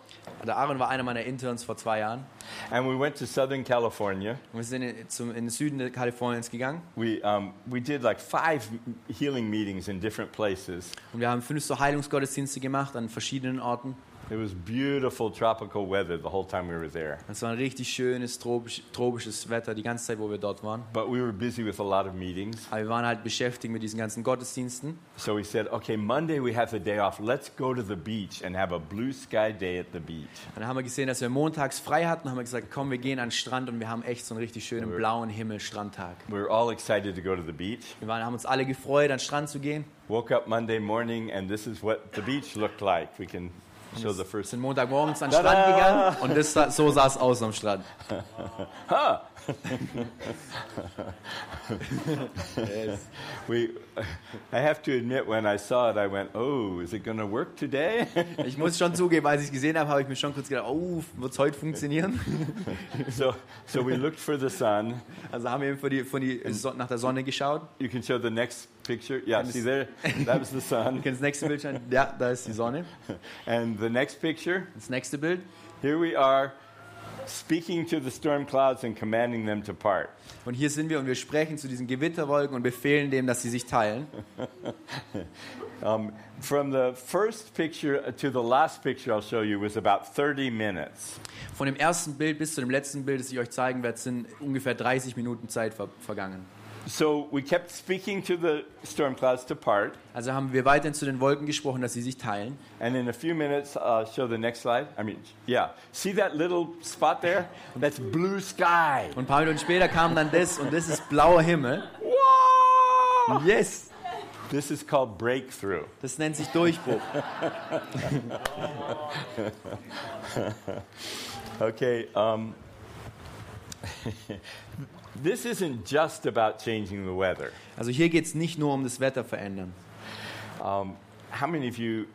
C: Der Aaron war einer meiner Interns vor zwei Jahren.
B: and we went to Southern California.
C: Und wir sind in, zum, in den Süden Kaliforniens gegangen.
B: We um, we did like five m- healing meetings in different places,
C: Und wir haben fünf so Heilungsgottesdienste gemacht an verschiedenen Orten.
B: It was beautiful tropical weather the whole time we were there.
C: Es war ein richtig schönes tropisch, tropisches Wetter die ganze Zeit, wo wir dort waren.
B: But we were busy with a lot of meetings.
C: Aber wir waren halt beschäftigt mit diesen ganzen Gottesdiensten.
B: So we said, okay, Monday we have the day off. Let's go to the beach and have a blue sky day at the beach.
C: Dann haben wir gesehen, dass wir montags frei hatten, haben wir gesagt, komm, wir gehen an den Strand und wir haben echt so einen richtig schönen blauen Himmel Strandtag.
B: We were all excited to go to the beach.
C: Wir waren, haben uns alle gefreut, an den Strand zu gehen.
B: Woke up Monday morning and this is what the beach looked like. We can show the
C: Wir
B: first.
C: sind Montagmorgens an den
B: Tada!
C: Strand gegangen und das, sah- so sah es aus am Strand.
B: We, I have to admit, when I saw it, I went, oh, is it going to work today?
C: Ich muss schon zugeben, als ich es gesehen habe, habe ich mir schon kurz gedacht, oh, wird es heute funktionieren?
B: so, so we looked for the sun.
C: Also haben wir eben für die, für die, Son- nach der Sonne geschaut.
B: You can show the next picture. Yeah, see there? That was the sun.
C: Wir können das nächste Bild schauen. Ja, da ist die Sonne.
B: And the next picture,
C: Das nächste Bild.
B: here we are speaking to the storm clouds and commanding them to part.
C: Und hier sind wir und wir sprechen zu diesen Gewitterwolken und befehlen dem, dass sie sich teilen.
B: Um, from the first picture uh, to the last picture I'll show you was about 30 minutes.
C: Von dem ersten Bild bis zu dem letzten Bild, das ich euch zeigen werde, sind ungefähr 30 Minuten Zeit ver vergangen.
B: So we kept speaking to the storm clouds to part.
C: Also haben wir weiterhin zu den Wolken gesprochen, dass sie sich teilen.
B: And in a few minutes, uh, show the next slide. I mean, yeah. See that little spot there? That's blue sky.
C: Und ein paar Minuten später kam dann das und das ist blauer Himmel.
B: Whoa!
C: Yes!
B: This is called breakthrough.
C: Das nennt sich Durchbruch.
B: Okay. Um, this isn't just about changing the weather.
C: Also hier geht es nicht nur um das Wetter verändern.
B: Um, how many of you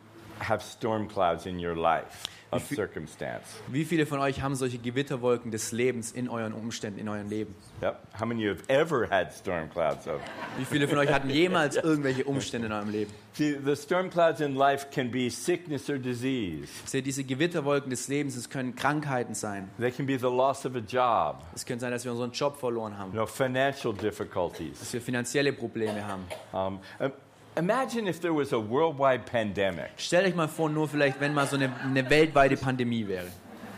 B: have storm clouds in your life of
C: If you-
B: circumstance?
C: Wie viele von euch haben solche Gewitterwolken des Lebens in euren Umständen, in eurem Leben?
B: Yep. How many of you have ever had storm clouds? Of?
C: Wie viele von euch hatten jemals irgendwelche Umstände in eurem Leben?
B: See, the storm clouds in life can be sickness or disease.
C: Seht, diese Gewitterwolken des Lebens, es können Krankheiten sein.
B: They can be the loss of a job.
C: Es könnte sein, dass wir unseren Job verloren haben,
B: you know, financial difficulties.
C: dass wir finanzielle Probleme haben.
B: Um, im- imagine if there was a worldwide pandemic.
C: Stellt euch mal vor, nur vielleicht, wenn mal so eine, eine weltweite Pandemie wäre.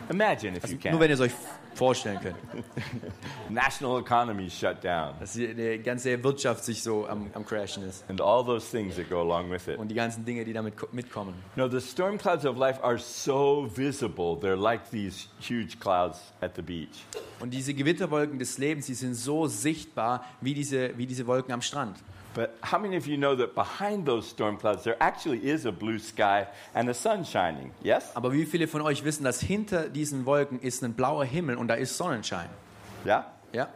B: Imagine if you
C: Nur
B: can.
C: wenn ihr es euch vorstellen könnt,
B: National economies shut down
C: dass die, die ganze Wirtschaft sich so am, am Crashen ist.
B: and all those things that go along with it.
C: Und die ganzen Dinge, die damit ko- mitkommen.
B: No, the storm clouds of life are so visible. They're like these huge clouds at the beach.
C: Und diese Gewitterwolken des Lebens, die sind so sichtbar wie diese, wie diese Wolken am Strand.
B: But how many of you know that behind those storm clouds there actually is a blue sky and the sun shining? Yes?
C: Aber wie viele von euch wissen, dass hinter diesen Wolken ist ein blauer Himmel und da ist Sonnenschein?
B: Yeah?
C: Ja?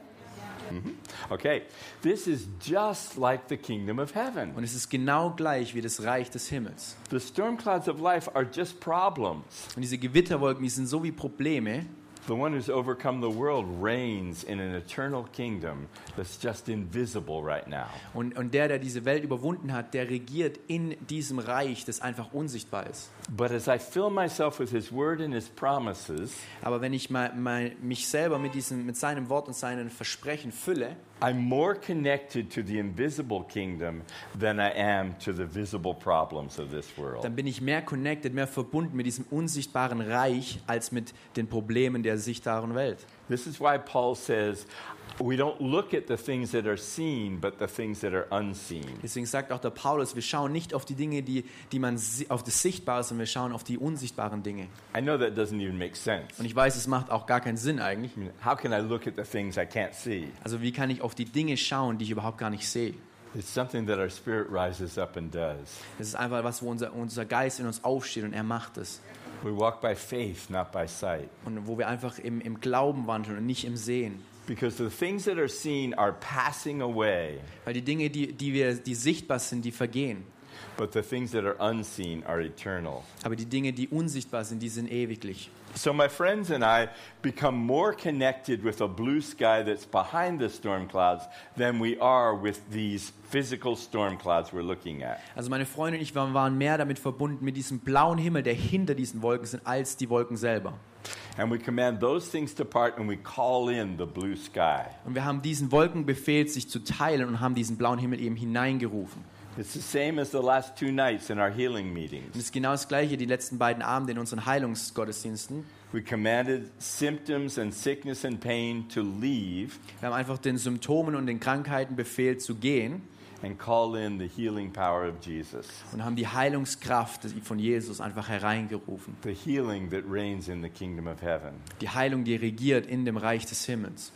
B: Okay. This is just like the kingdom of heaven.
C: Und es ist genau gleich wie das Reich des Himmels.
B: The storm clouds of life are just problems.
C: Und diese Gewitterwolken, die sind so wie Probleme.
B: The one who's overcome the world reigns in an eternal kingdom that's just invisible right now.
C: Und, und der, der diese Welt überwunden hat, der regiert in diesem Reich, das einfach unsichtbar ist.
B: But as I fill myself with his word and his promises,
C: Aber wenn ich mal, mal mich selber mit, diesem, mit seinem Wort und seinen Versprechen fülle,
B: I'm more connected to the invisible kingdom than I am to the visible problems of this world.
C: dann bin ich mehr connected, mehr verbunden mit diesem unsichtbaren Reich als mit den Problemen der sichtbaren Welt.
B: This is why Paul says, we don't look at the things that are seen, but the things that are unseen.
C: Deswegen sagt auch der Paulus, wir schauen nicht auf die Dinge, die, die man si- auf das Sichtbare, sondern wir schauen auf die unsichtbaren Dinge.
B: I know that doesn't even make sense.
C: Und ich weiß, es macht auch gar keinen Sinn eigentlich.
B: I mean, How can I look at the things I can't see?
C: Also wie kann ich auf die Dinge schauen, die ich überhaupt gar nicht sehe?
B: It's something that our spirit rises up and does.
C: Das ist einfach was, wo unser, unser Geist in uns aufsteht und er macht es.
B: We walk by faith, not by sight.
C: Und wo wir einfach im, im Glauben wandeln und nicht im Sehen.
B: Because the things that are seen are passing away,
C: Weil die Dinge, die, die, wir, die sichtbar sind, die vergehen.
B: but the things that are unseen are eternal.
C: Aber die Dinge, die unsichtbar sind, die sind ewiglich.
B: So my friends and I become more connected with a blue sky that's behind the storm clouds than we are with these physical storm clouds we're looking at.
C: Also meine Freunde und ich waren waren mehr damit verbunden mit diesem blauen Himmel, der hinter diesen Wolken sind, als die Wolken selber.
B: And we command those things to part and we call in the blue sky.
C: Und wir haben diesen Wolken befehlt, sich zu teilen und haben diesen blauen Himmel eben hineingerufen.
B: It's the same as the last two nights in our healing
C: Und
B: meetings.
C: es ist genau das Gleiche die letzten beiden Abende in unseren Heilungsgottesdiensten.
B: We commanded symptoms and sickness and pain to leave
C: Wir haben einfach den Symptomen und den Krankheiten Befehl zu gehen
B: and call in the healing power of Jesus,
C: und haben die Heilungskraft des- von Jesus einfach hereingerufen.
B: the healing that reigns in the kingdom of heaven.
C: Die Heilung, die regiert in dem Reich des Himmels.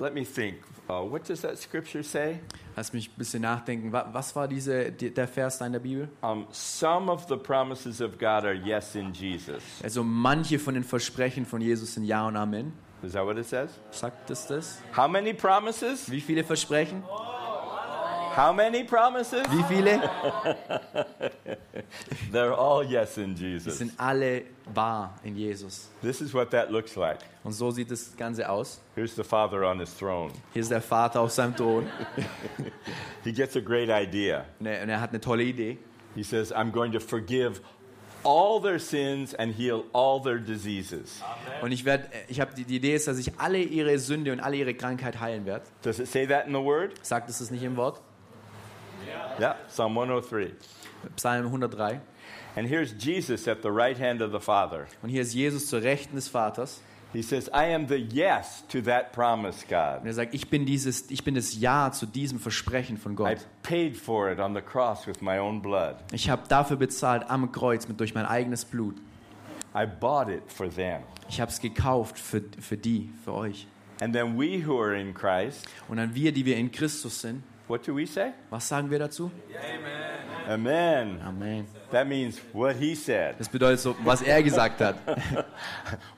B: Let me think. Uh, what does that scripture say?
C: Lass mich ein bisschen nachdenken. Wa- Was war diese, die- der Vers da in der Bibel?
B: Um, some of the promises of God are yes in Jesus.
C: Also manche von den Versprechen von Jesus sind Ja und Amen.
B: Is that what it says?
C: Sagt es das?
B: How many promises?
C: Wie viele Versprechen?
B: How many promises?
C: Wie viele?
B: They're all yes in
C: Die
B: Jesus.
C: sind alle wahr in Jesus.
B: This is what that looks like.
C: Und so sieht das Ganze aus.
B: Here's the Father on his throne.
C: Hier ist der Vater auf seinem Thron
B: He gets a great idea.
C: und er, und er hat eine tolle Idee.
B: He says, I'm going to forgive all their sins and heal all their diseases.
C: Und ich werde, ich habe die, die Idee ist, dass ich alle ihre Sünde und alle ihre Krankheit heilen werde.
B: Does it say that in the Word?
C: Sagt es das nicht im Wort?
B: Yeah, Psalm 103.
C: Psalm 103.
B: And here's Jesus at the right hand of the Father.
C: Und hier ist Jesus zur Rechten des Vaters.
B: He says, I am the yes to that promise,
C: Und
B: God.
C: er sagt, ich bin, dieses, ich bin das Ja zu diesem Versprechen von
B: I
C: Gott.
B: paid for it on the cross with my own blood.
C: Ich habe dafür bezahlt am Kreuz mit durch mein eigenes Blut.
B: I bought it for them.
C: Ich habe es gekauft für, für die, für euch.
B: And then we who are in Christ,
C: Und an wir, die wir in Christus sind,
B: what do we say?
C: was sagen wir dazu?
B: Amen.
C: Amen.
B: That means what he said.
C: Das bedeutet so, was er gesagt hat.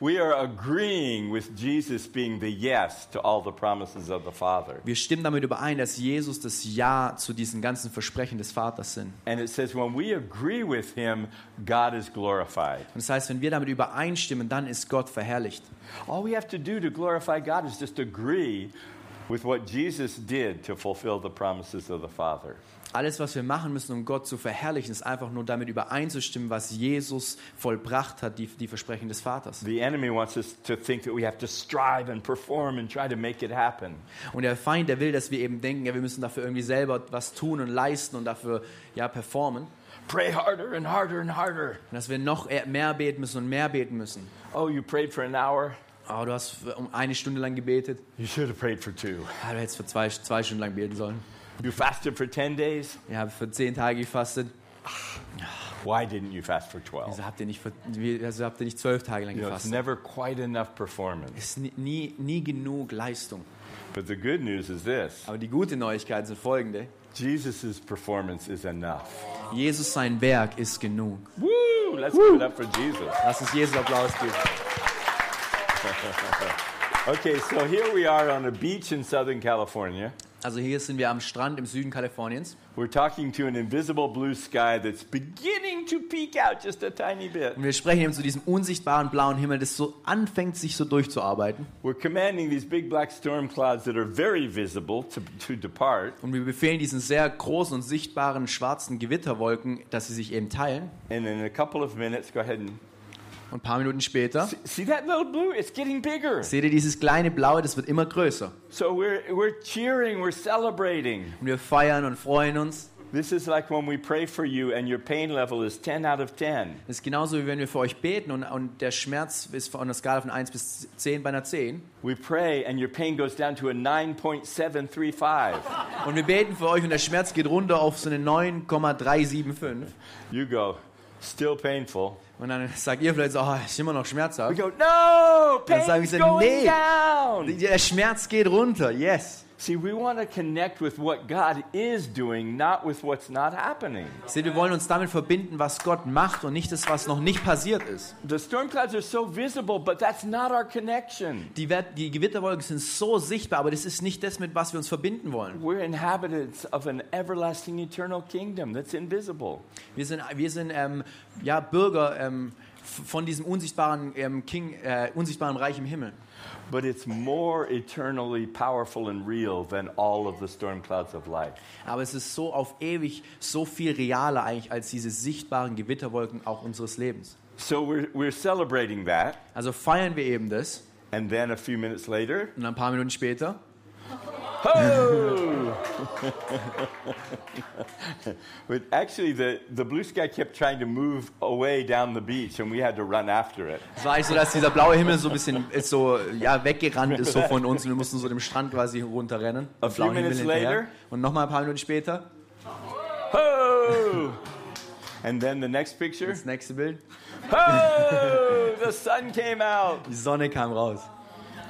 B: We are agreeing with Jesus being the yes to all the promises of the Father.
C: Wir stimmen damit überein, dass Jesus das Ja zu diesen ganzen Versprechen des Vaters sind.
B: And it says, when we agree with him, God is glorified.
C: Und das heißt, wenn wir damit übereinstimmen, dann ist Gott verherrlicht.
B: All we have to do to glorify God is just agree with what Jesus did to fulfill the promises of the Father.
C: Alles, was wir machen müssen, um Gott zu verherrlichen, ist einfach nur damit übereinzustimmen, was Jesus vollbracht hat, die, die Versprechen des Vaters.
B: The enemy wants us to think that we have to strive and perform and try to make it happen.
C: Und der Feind, der will, dass wir eben denken, ja, wir müssen dafür irgendwie selber was tun und leisten und dafür ja performen. Und
B: Pray harder and harder and harder.
C: dass wir noch eher- mehr beten müssen und mehr beten müssen.
B: Oh, you prayed for an hour?
C: Oh, du hast für- um eine Stunde lang gebetet.
B: You should have prayed for two.
C: Ah, du hättest für zwei, zwei Stunden lang beten sollen.
B: You fasted for 10 days?
C: Ihr habt für zehn Tage gefastet.
B: Why didn't you fast for 12?
C: Wieso habt ihr nicht, für, wie- wieso habt ihr nicht zwölf Tage lang
B: You know, it's
C: gefastet?
B: never quite enough performance.
C: Es ist nie, nie, nie genug Leistung.
B: But the good news is this
C: Aber die gute Neuigkeit sind folgende.
B: Jesus' performance is enough.
C: Jesus, sein Werk ist genug.
B: Woo! Let's give it up for Jesus.
C: Lass uns Jesus Applaus geben.
B: Okay, so here we are on a beach in Southern California.
C: Also hier sind wir am Strand im Süden Kaliforniens.
B: We're talking to an invisible blue sky that's beginning to peek out just a tiny bit.
C: Und wir sprechen eben zu diesem unsichtbaren blauen Himmel, das so anfängt, sich so durchzuarbeiten.
B: We're commanding these big black storm clouds that are very visible to, to depart,
C: Und wir befehlen diesen sehr großen und sichtbaren schwarzen Gewitterwolken, dass sie sich eben teilen.
B: and in a couple of minutes, go ahead and
C: Und ein paar Minuten später
B: see, see that little blue? It's getting bigger.
C: seht ihr dieses kleine Blaue, das wird immer größer.
B: So we're, we're cheering, we're celebrating.
C: Und wir feiern und freuen uns.
B: This is like when we pray for you and your pain level is 10 out of 10.
C: Das ist genauso, wie wenn wir für euch beten und, und der Schmerz ist von einer Skala von 1 bis 10 bei einer 10.
B: We pray and your pain goes down to a 9.735.
C: Und wir beten für euch und der Schmerz geht runter auf so eine 9,375.
B: You go, still painful.
C: Und dann sagt ihr vielleicht so, oh, ist immer noch
B: We
C: schmerzhaft.
B: go, no,
C: Dann sagen
B: pain's
C: sie,
B: going
C: nee.
B: down.
C: Der Schmerz geht runter, yes.
B: See, we want to connect with what God is doing, not with what's not happening.
C: Seht, wir wollen uns damit verbinden, was Gott macht und nicht das, was noch nicht passiert ist.
B: The storm clouds are so visible, but that's not our connection.
C: Die, Wert- die Gewitterwolken sind so sichtbar, aber das ist nicht das, mit was wir uns verbinden wollen.
B: We're inhabitants of an everlasting eternal kingdom that's invisible.
C: Wir sind, wir sind ähm, ja, Bürger ähm, f- von diesem unsichtbaren, ähm, King, äh, unsichtbaren Reich im Himmel.
B: But it's more eternally powerful and real than all of the storm clouds of life.
C: Aber es ist so auf ewig, so viel realer eigentlich als diese sichtbaren Gewitterwolken auch unseres Lebens.
B: So we're, we're celebrating that.
C: Also feiern wir eben das
B: And then a few minutes later,
C: und ein paar Minuten später
B: But actually, the, the blue sky kept trying to move away down the beach, and we had to run after it.
C: Es war eigentlich so, dass dieser blaue Himmel so ein bisschen ist so, ja, weggerannt ist so von uns und wir mussten so dem Strand quasi runterrennen.
B: A
C: Am
B: few minutes later.
C: Und nochmal ein paar Minuten später,
B: Ho! And then the next picture.
C: das nächste Bild,
B: Ho! The sun came out.
C: die Sonne kam raus.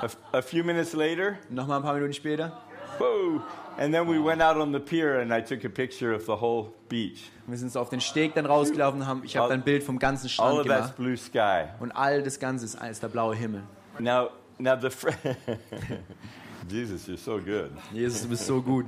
B: A, a few minutes later.
C: Nochmal ein paar Minuten später,
B: Whoa! And then we went out on the pier, und I took a picture of the whole beach.
C: wir sind so auf den Steg dann rausgelaufen und haben, ich habe dann ein Bild vom ganzen
B: All
C: Strand
B: of that's
C: gemacht.
B: blue sky.
C: Und all das Ganze ist, ist der blaue Himmel.
B: Now, now the fr- Jesus, you're so good.
C: Jesus, du bist so gut.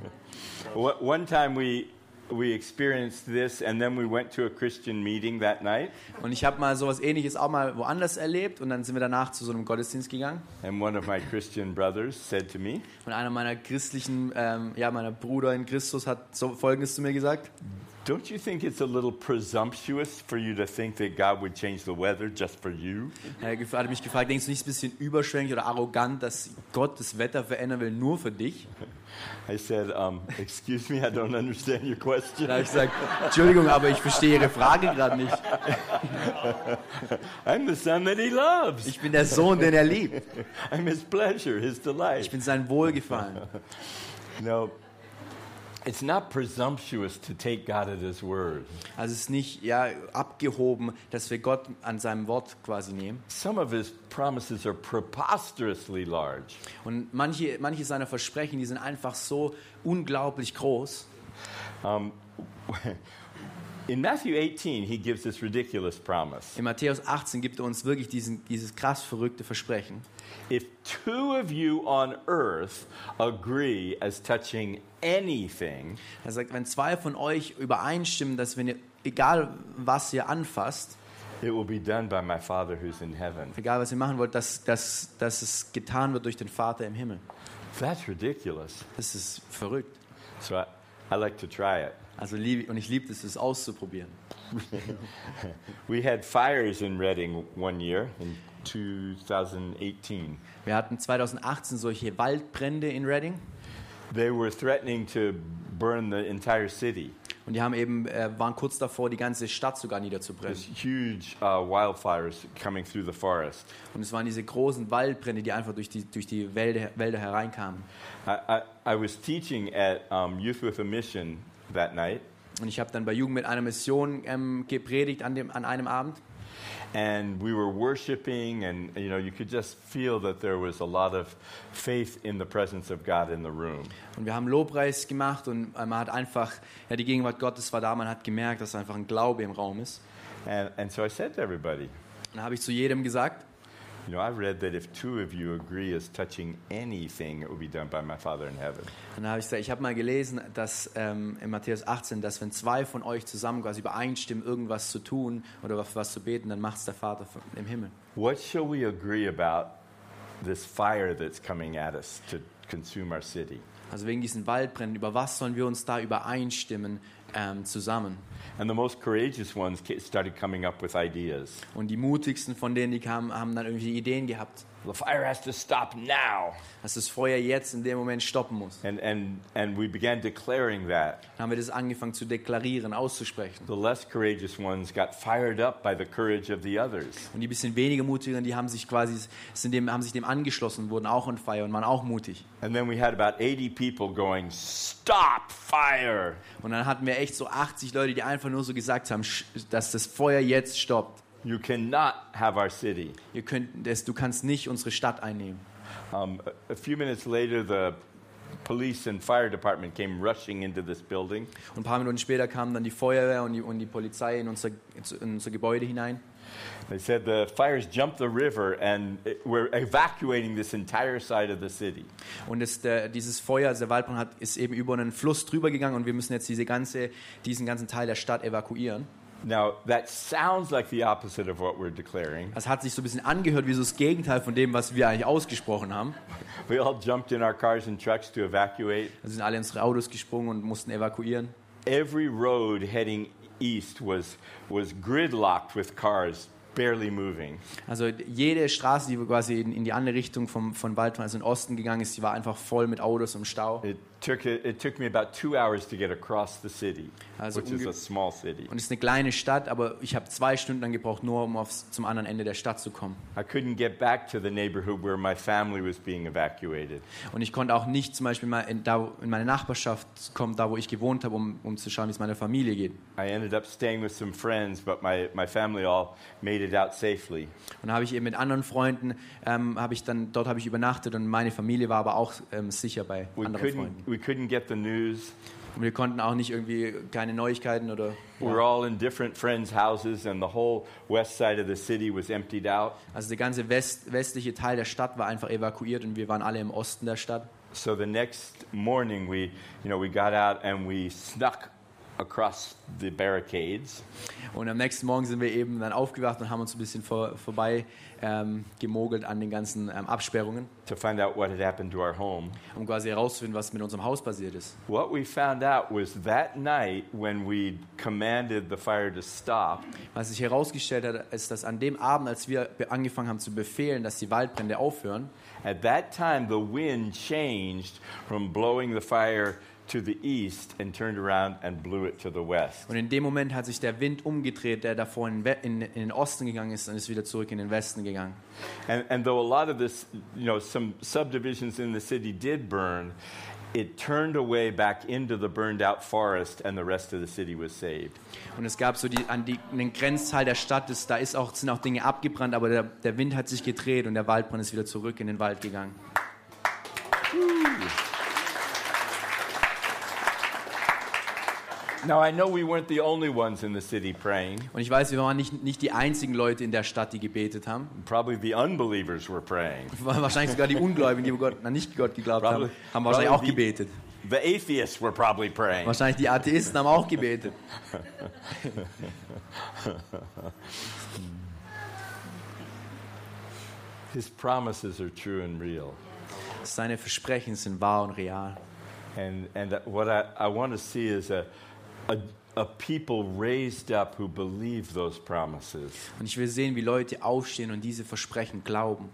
B: Wh- One time we we experienced this, and then we went to a Christian meeting that night,
C: Und ich habe mal sowas ähnliches auch mal woanders erlebt und dann sind wir danach zu so einem Gottesdienst gegangen.
B: and one of my Christian brothers said to me,
C: Und einer meiner christlichen, ähm, ja, meiner Bruder in Christus hat so Folgendes zu mir gesagt.
B: "Don't you think it's a little presumptuous for you to think that God would change the weather just for you?"
C: Er gef- hat mich gefragt, denkst du nicht ein bisschen überschwänglich oder arrogant, dass Gott das Wetter verändern will, nur für dich?
B: I said, um, "Excuse me, I don't understand your question.
C: Da habe ich gesagt, Entschuldigung, aber ich verstehe Ihre Frage gerade nicht.
B: I'm the son that He loves.
C: Ich bin der Sohn, den er liebt.
B: I'm His pleasure, His delight."
C: Ich bin sein Wohlgefallen.
B: No, it's not presumptuous to take God at His word.
C: Also es ist nicht ja, abgehoben, dass wir Gott an seinem Wort quasi nehmen.
B: Some of His promises are preposterously large.
C: Und manche, manche seiner Versprechen, die sind einfach so unglaublich groß.
B: In Matthew 18, He gives this ridiculous promise
C: In Matthäus 18 gibt er uns wirklich diesen, dieses krass verrückte Versprechen.
B: If two of you on earth agree as touching anything,
C: Er sagt, wenn zwei von euch übereinstimmen, dass wenn ihr, egal was ihr anfasst,
B: it will be done by my Father who's in heaven.
C: egal was ihr machen wollt, dass, dass, dass es getan wird durch den Vater im Himmel.
B: That's ridiculous.
C: Das ist verrückt.
B: So I, I like to try it.
C: Also lieb, und ich liebe es, das auszuprobieren.
B: We had fires in Reading one year in 2018.
C: Wir hatten 2018 solche Waldbrände in Reading
B: They were threatening to burn the entire city.
C: und die haben eben äh, waren kurz davor, die ganze Stadt sogar
B: There's
C: niederzubrennen.
B: huge uh, wildfires coming through the forest.
C: Und es waren diese großen Waldbrände, die einfach durch die durch die Wälder, Wälder hereinkamen.
B: I, I, I was teaching at um, Youth with a Mission that night,
C: Und ich habe dann bei Jugend mit einer Mission ähm, gepredigt an dem an einem Abend.
B: and we were worshiping, and you know, you could just feel that there was a lot of faith in the presence of God in the room.
C: Und wir haben Lobpreis gemacht und äh, man hat einfach, ja, die Gegenwart Gottes war da, man hat gemerkt, dass einfach ein Glaube im Raum ist.
B: And, and so I said to everybody,
C: Und dann habe ich zu jedem gesagt,
B: you know, I read that if two of you agree as touching anything, it will be done by my Father in heaven.
C: Und dann habe ich gesagt, ich habe mal gelesen, dass ähm, in Matthäus 18, dass wenn zwei von euch zusammen quasi übereinstimmen, irgendwas zu tun oder für was zu beten, dann macht es der Vater von- im Himmel.
B: What shall we agree about this fire that's coming at us to consume our city?
C: Also wegen diesen Waldbränden, über was sollen wir uns da übereinstimmen ähm, zusammen?
B: And the most courageous ones ca- started coming up with ideas.
C: Und die mutigsten von denen, die kamen, haben dann irgendwie Ideen gehabt,
B: The fire has to stop now.
C: dass das Feuer jetzt in dem Moment stoppen muss.
B: And, and, and we began declaring that.
C: Dann haben wir das angefangen zu deklarieren, auszusprechen.
B: The less courageous ones got fired up by the courage of the others.
C: Und die bisschen weniger mutigeren, die haben sich quasi sind dem, haben sich dem angeschlossen, wurden auch on fire und waren auch mutig.
B: And then we had about 80 people going, Stop fire!
C: Und dann hatten wir echt so 80 Leute, die einfach nur so gesagt haben, sch- dass das Feuer jetzt stoppt.
B: You cannot have our city.
C: Ihr könnt das, du kannst nicht unsere Stadt einnehmen.
B: Um, a, a few minutes later, the police and fire department came rushing into this building.
C: Und ein paar Minuten später kamen dann die Feuerwehr und die, und die Polizei in unser, in unser Gebäude hinein.
B: They said the fires jumped the river and it- we're evacuating this entire side of the city.
C: Und es, der, dieses Feuer, also der Waldbrand hat, ist eben über einen Fluss drüber gegangen und wir müssen jetzt diese ganze, diesen ganzen Teil der Stadt evakuieren.
B: Now, that sounds like the opposite of what we're declaring.
C: Das hat sich so ein bisschen angehört wie so das Gegenteil von dem, was wir eigentlich ausgesprochen haben.
B: We all jumped in our cars and trucks to evacuate.
C: Also sind alle in unsere Autos gesprungen und mussten evakuieren.
B: Every road heading east was, was gridlocked with cars barely moving.
C: Also jede Straße, die quasi in, in die andere Richtung vom, von Waldmann, also in den Osten gegangen ist, die war einfach voll mit Autos und Stau.
B: It took, it took me about two hours to get across the city,
C: Also
B: which is
C: unge-
B: a small city.
C: Und es ist eine kleine Stadt, aber ich habe zwei Stunden lang gebraucht, nur um aufs, zum anderen Ende der Stadt zu kommen.
B: I couldn't get back to the neighborhood where my family was being evacuated.
C: Und ich konnte auch nicht zum Beispiel mal in, da, in meine Nachbarschaft kommen, da wo ich gewohnt habe, um, um zu schauen, wie es meiner Familie geht.
B: I ended up staying with some friends, but my, my family all made it out safely.
C: Und da habe ich eben mit anderen Freunden, ähm, habe ich dann, dort habe ich übernachtet und meine Familie war aber auch ähm, sicher bei
B: We
C: anderen Freunden.
B: couldn't, we couldn't get the news.
C: Und wir konnten auch nicht irgendwie keine Neuigkeiten oder...
B: We were all in different friends' houses, and the whole west side of the city was emptied out.
C: Also der ganze West, westliche Teil der Stadt war einfach evakuiert und wir waren alle im Osten der Stadt.
B: So the next morning, we, you know, we got out and we snuck across the barricades.
C: Und am nächsten Morgen sind wir eben dann aufgewacht und haben uns ein bisschen vor, vorbei ähm, gemogelt an den ganzen ähm, Absperrungen,
B: to find out what had happened to our home.
C: um quasi herauszufinden, was mit unserem Haus passiert ist.
B: What we found out was that night when we commanded the fire to stop,
C: Was sich herausgestellt hat, ist, dass an dem Abend, als wir be- angefangen haben zu befehlen, dass die Waldbrände aufhören,
B: at that time the wind changed from blowing the fire to the east and turned around and blew it to the west.
C: und in dem Moment hat sich der Wind umgedreht, der davor in, We- in, in den Osten gegangen ist und ist wieder zurück in den Westen gegangen.
B: And, and though a lot of this, you know, some subdivisions in the city did burn, it turned away back into the burned out forest and the rest of the city was saved.
C: Und es gab so die, an die, einen Grenzteil der Stadt, das, da ist auch, sind auch Dinge abgebrannt, aber der, der Wind hat sich gedreht und der Waldbrand ist wieder zurück in den Wald gegangen.
B: Now I know we weren't the only ones in the city praying.
C: Und ich weiß, wir waren nicht, nicht die einzigen Leute in der Stadt, die gebetet haben.
B: Probably the unbelievers were praying.
C: Wahrscheinlich sogar die Ungläubigen, die Gott, na, nicht Gott geglaubt haben,
B: Probably-
C: haben wahrscheinlich auch
B: probably the-
C: gebetet.
B: The atheists were probably praying.
C: Wahrscheinlich die Atheisten haben auch gebetet.
B: His promises are true and real.
C: Seine Versprechen sind wahr und real.
B: And, and what I, I want to see is a, a, a people raised up who believe those promises,
C: Und ich will sehen, wie Leute aufstehen und diese Versprechen glauben.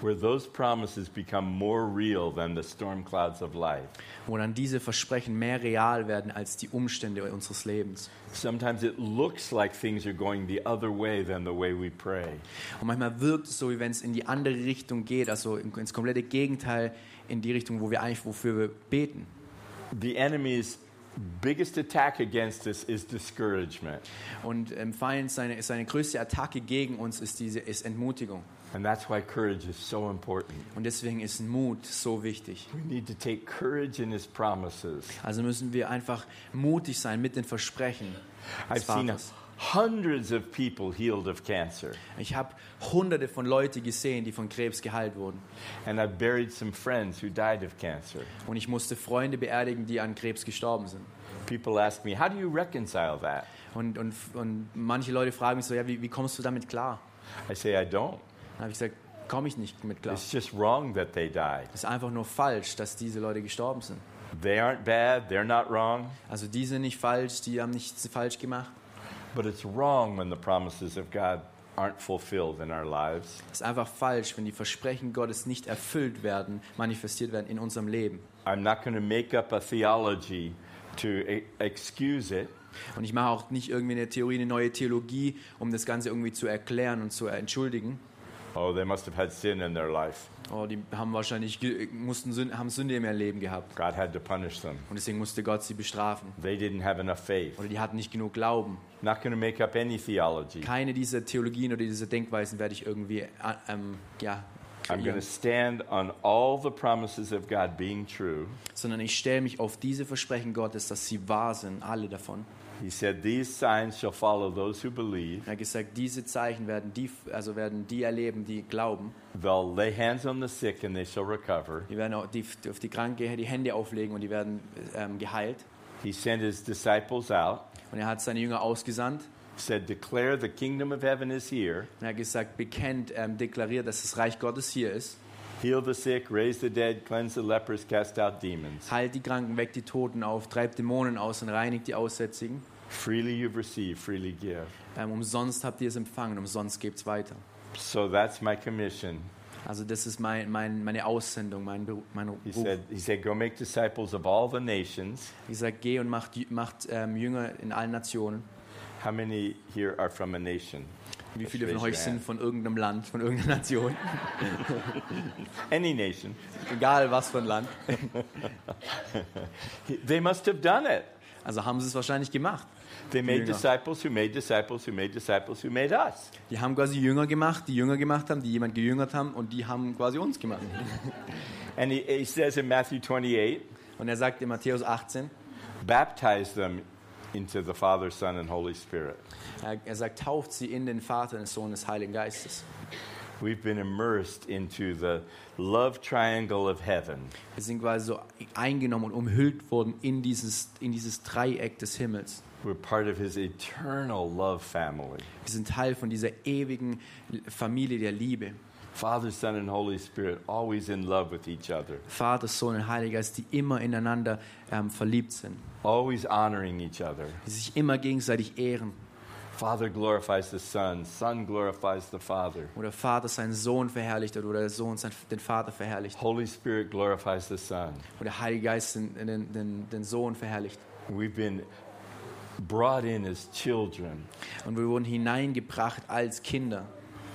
B: where those promises become more real than the storm clouds of life.
C: Wo dann diese Versprechen mehr real werden als die Umstände unseres Lebens.
B: Sometimes it looks like things are going the other way than the way we pray.
C: Und manchmal wirkt es so, wie wenn es in die andere Richtung geht, also in- ins komplette Gegenteil, in die Richtung, wo wir eigentlich, wofür wir beten.
B: The enemy's biggest attack against us is discouragement.
C: Und im Feind seine, seine größte Attacke gegen uns ist diese ist Entmutigung.
B: And that's why courage is so important.
C: Und deswegen ist Mut so wichtig.
B: We need to take courage in his promises.
C: Also müssen wir einfach mutig sein mit den Versprechen.
B: I've
C: des
B: seen
C: Vaters.
B: hundreds of people healed of cancer,
C: Ich habe hunderte von Leute gesehen, die von Krebs geheilt wurden.
B: and I buried some friends who died of cancer.
C: Und ich musste Freunde beerdigen, die an Krebs gestorben sind.
B: People ask me, How do you reconcile that?
C: Und, und, und manche Leute fragen mich so, ja, wie, wie kommst du damit klar?
B: I say, I don't.
C: Dann habe ich gesagt, komme ich nicht mit klar.
B: It's just wrong that they died.
C: Es ist einfach nur falsch, dass diese Leute gestorben sind.
B: They aren't bad, they're not wrong,
C: Also die sind nicht falsch, die haben nichts falsch gemacht.
B: but it's wrong when the promises of God aren't fulfilled in our lives.
C: Es ist einfach falsch, wenn die Versprechen Gottes nicht erfüllt werden, manifestiert werden in unserem Leben.
B: I'm not going to make up a theology to e- excuse it.
C: Und ich mache auch nicht irgendwie eine Theorie, eine neue Theologie, um das Ganze irgendwie zu erklären und zu entschuldigen.
B: Oh, they must have had sin in their life.
C: Oh, die haben wahrscheinlich ge- mussten Sünde, haben Sünde in ihrem Leben gehabt
B: God had to punish them.
C: und deswegen musste Gott sie bestrafen.
B: They didn't have enough faith.
C: Oder die hatten nicht genug Glauben.
B: Not going to make up any theology.
C: Keine dieser Theologien oder dieser Denkweisen werde ich irgendwie äh, ähm, ja,
B: I'm going to
C: kreieren,
B: stand on all the promises of God being true.
C: sondern ich stelle mich auf diese Versprechen Gottes, dass sie wahr sind, alle davon.
B: He said, These signs shall follow those who believe.
C: Er hat gesagt, diese Zeichen werden die, also werden die erleben, die glauben.
B: They'll lay hands on the sick and they shall recover.
C: Die werden auch die, die auf die Kranke die Hände auflegen und die werden ähm, geheilt.
B: He sent his disciples out,
C: Und er hat seine Jünger ausgesandt
B: said, Declare the kingdom of heaven is here.
C: und er hat gesagt, bekennt, ähm, deklariert, dass das Reich Gottes hier ist.
B: Heal the sick, raise the dead, cleanse the lepers, cast out demons.
C: Heilt die Kranken weg, die Toten auf, treibt Dämonen aus und reinigt die Aussätzigen.
B: Freely you've received, freely give.
C: Ähm, umsonst habt ihr es empfangen, umsonst gebt es weiter.
B: So that's my commission.
C: Also das ist mein, mein, meine Aussendung, mein, Beru- mein
B: He
C: Ruf.
B: said, he said, Go make disciples of all the nations.
C: Wie gesagt, geh und macht, Jü- macht ähm, Jünger in allen Nationen.
B: How many here are from a nation?
C: Wie
B: Just
C: viele von
B: raise
C: euch
B: your
C: sind
B: hand.
C: von irgendeinem Land, von irgendeiner Nation?
B: Any nation.
C: Egal was für ein Land.
B: He- They must have done it.
C: Also haben sie es wahrscheinlich gemacht.
B: They made
C: Jünger.
B: disciples who made disciples who made disciples who made us.
C: Die haben quasi Jünger gemacht, die Jünger gemacht haben, die jemand gejüngert haben und die haben quasi uns gemacht.
B: And he, he says in Matthew 28,
C: Und er sagt in Matthäus 18,
B: baptize them into the Father, Son, and Holy Spirit.
C: er, er sagt, tauft sie in den Vater, den Sohn des Heiligen Geistes.
B: We've been immersed into the love triangle of heaven.
C: Wir sind quasi so eingenommen und umhüllt worden in dieses, in dieses Dreieck des Himmels.
B: We're part of his eternal love family.
C: Wir sind Teil von dieser ewigen Familie der Liebe.
B: Father, Son, and Holy Spirit, always in love with each other,
C: Vater, Sohn und Heiliger Geist, die immer ineinander ähm, verliebt sind,
B: always honoring each other.
C: die sich immer gegenseitig ehren.
B: Father glorifies the Son, Son glorifies the Father,
C: Wo der Vater seinen Sohn verherrlicht hat oder der Sohn sein, den Vater verherrlicht.
B: Holy Spirit glorifies the Son.
C: Wo der Heilige Geist den, den, den, den Sohn verherrlicht.
B: We've been brought in as children,
C: Und wir wurden hineingebracht als Kinder.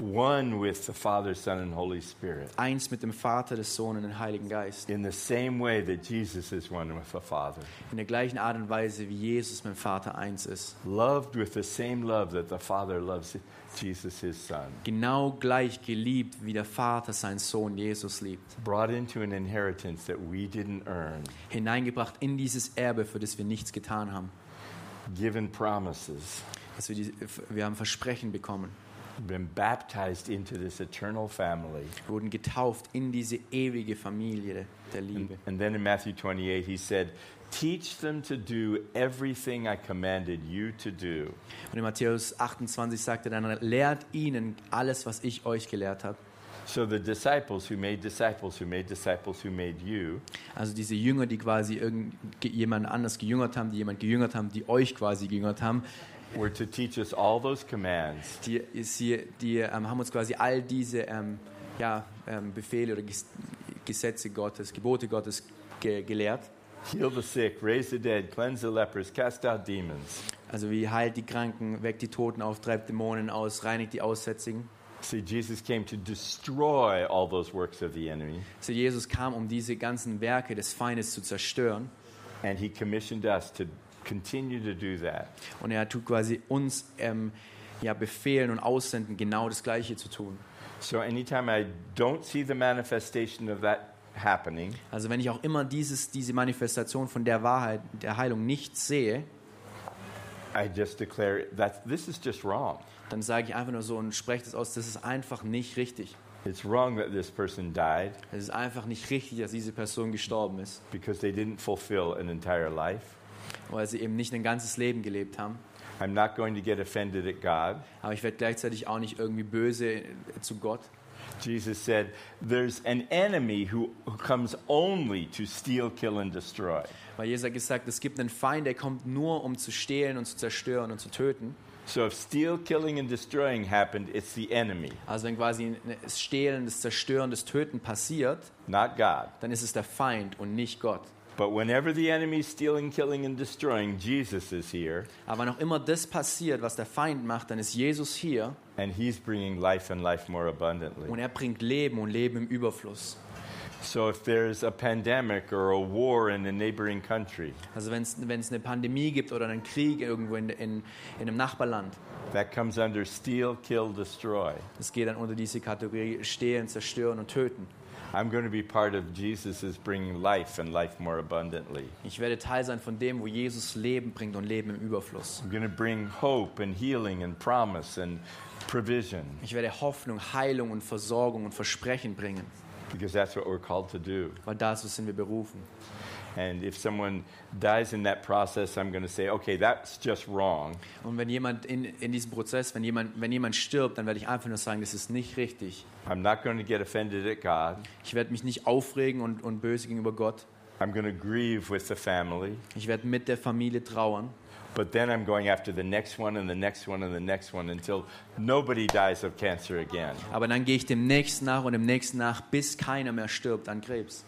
B: one with the Father, Son, and Holy Spirit.
C: Eins mit dem Vater, des Sohn und dem Heiligen Geist.
B: In the same way that Jesus is one with the Father,
C: In der gleichen Art und Weise, wie Jesus mit dem Vater eins ist.
B: loved with the same love that the Father loves Jesus, his Son,
C: Genau gleich geliebt, wie der Vater seinen Sohn Jesus liebt.
B: brought into an inheritance that we didn't earn,
C: Hineingebracht in dieses Erbe, für das wir nichts getan haben.
B: given promises,
C: Dass wir, die, wir haben Versprechen bekommen.
B: been baptized into this eternal family.
C: Wir wurden getauft in diese ewige Familie der Liebe.
B: And then in Matthew 28, he said, Teach them to do everything I commanded you to do.
C: Und in Matthäus 28 sagt er dann, lehrt ihnen alles, was ich euch gelehrt habe.
B: So the disciples who made disciples, who made disciples, who made you,
C: Also diese Jünger, die quasi irgend- ge- jemand anders gejüngert haben, die jemand gejüngert haben, die euch quasi gejüngert haben,
B: were to teach us all those commands
C: die, sie, die ähm, haben uns quasi all diese ähm, ja, ähm, Befehle oder Ges Gesetze Gottes, Gebote Gottes ge gelehrt.
B: heal the sick, raise the dead, cleanse the lepers, cast out demons.
C: Also wie heilt die Kranken, weckt die Toten auf, treibt Dämonen aus, reinigt die Aussätzigen.
B: See, Jesus came to destroy all those works of the enemy,
C: Also Jesus kam, um diese ganzen Werke des Feindes zu zerstören.
B: and he commissioned us to continue to do that.
C: Und er tut quasi uns ähm, ja, befehlen und aussenden, genau das Gleiche zu tun.
B: So anytime I don't see the manifestation of that happening,
C: Also wenn ich auch immer dieses, diese Manifestation von der Wahrheit, der Heilung nicht sehe,
B: I just declare that this is just wrong.
C: dann sage ich einfach nur so und spreche das aus, das ist einfach nicht richtig.
B: It's wrong that this person died
C: Es ist einfach nicht richtig, dass diese Person gestorben ist,
B: because they didn't fulfill an entire life.
C: weil sie eben nicht ein ganzes Leben gelebt haben.
B: I'm not going to get offended at God.
C: Aber ich werde gleichzeitig auch nicht irgendwie böse äh, zu Gott.
B: Jesus said, There's an enemy who, who comes only to steal, kill, and destroy.
C: Weil Jesus hat gesagt, es gibt einen Feind, der kommt nur, um zu stehlen und zu zerstören und zu töten.
B: So if steal, killing, and destroying happened, it's the enemy,
C: Also wenn quasi das Stehlen, das Zerstören, das Töten passiert,
B: not God.
C: dann ist es der Feind und nicht Gott.
B: But whenever the enemy's stealing, killing, and destroying, Jesus is here,
C: Aber noch immer das passiert, was der Feind macht, dann ist Jesus hier
B: and he's bringing life and life more
C: und
B: abundantly.
C: er bringt Leben und Leben im Überfluss.
B: So if there's a pandemic or a war in a neighboring country,
C: Also wenn es eine Pandemie gibt oder einen Krieg irgendwo in, in, in einem Nachbarland,
B: that comes under steal, kill, destroy.
C: das geht dann unter diese Kategorie Stehlen, Zerstören und Töten.
B: I'm going to be part of Jesus' bringing life and life more abundantly.
C: Ich werde Teil sein von dem, wo Jesus Leben bringt und Leben im Überfluss.
B: I'm going to bring hope and healing and promise and provision
C: Ich werde Hoffnung, Heilung und Versorgung und Versprechen bringen,
B: because that's what we're called to do.
C: weil dazu sind wir berufen.
B: And if someone dies in that process, I'm going to say, okay, that's just wrong.
C: Und wenn jemand in, in diesem Prozess, wenn jemand, wenn jemand stirbt, dann werde ich einfach nur sagen, das ist nicht richtig.
B: I'm not going to get offended at God.
C: Ich werde mich nicht aufregen und, und böse gegenüber Gott.
B: I'm going to grieve with the family.
C: Ich werde mit der Familie trauern.
B: but then I'm going after the next one and the next one and the next one until nobody dies of cancer again.
C: Aber dann gehe ich dem nächsten nach und dem nächsten nach, bis keiner mehr stirbt an Krebs.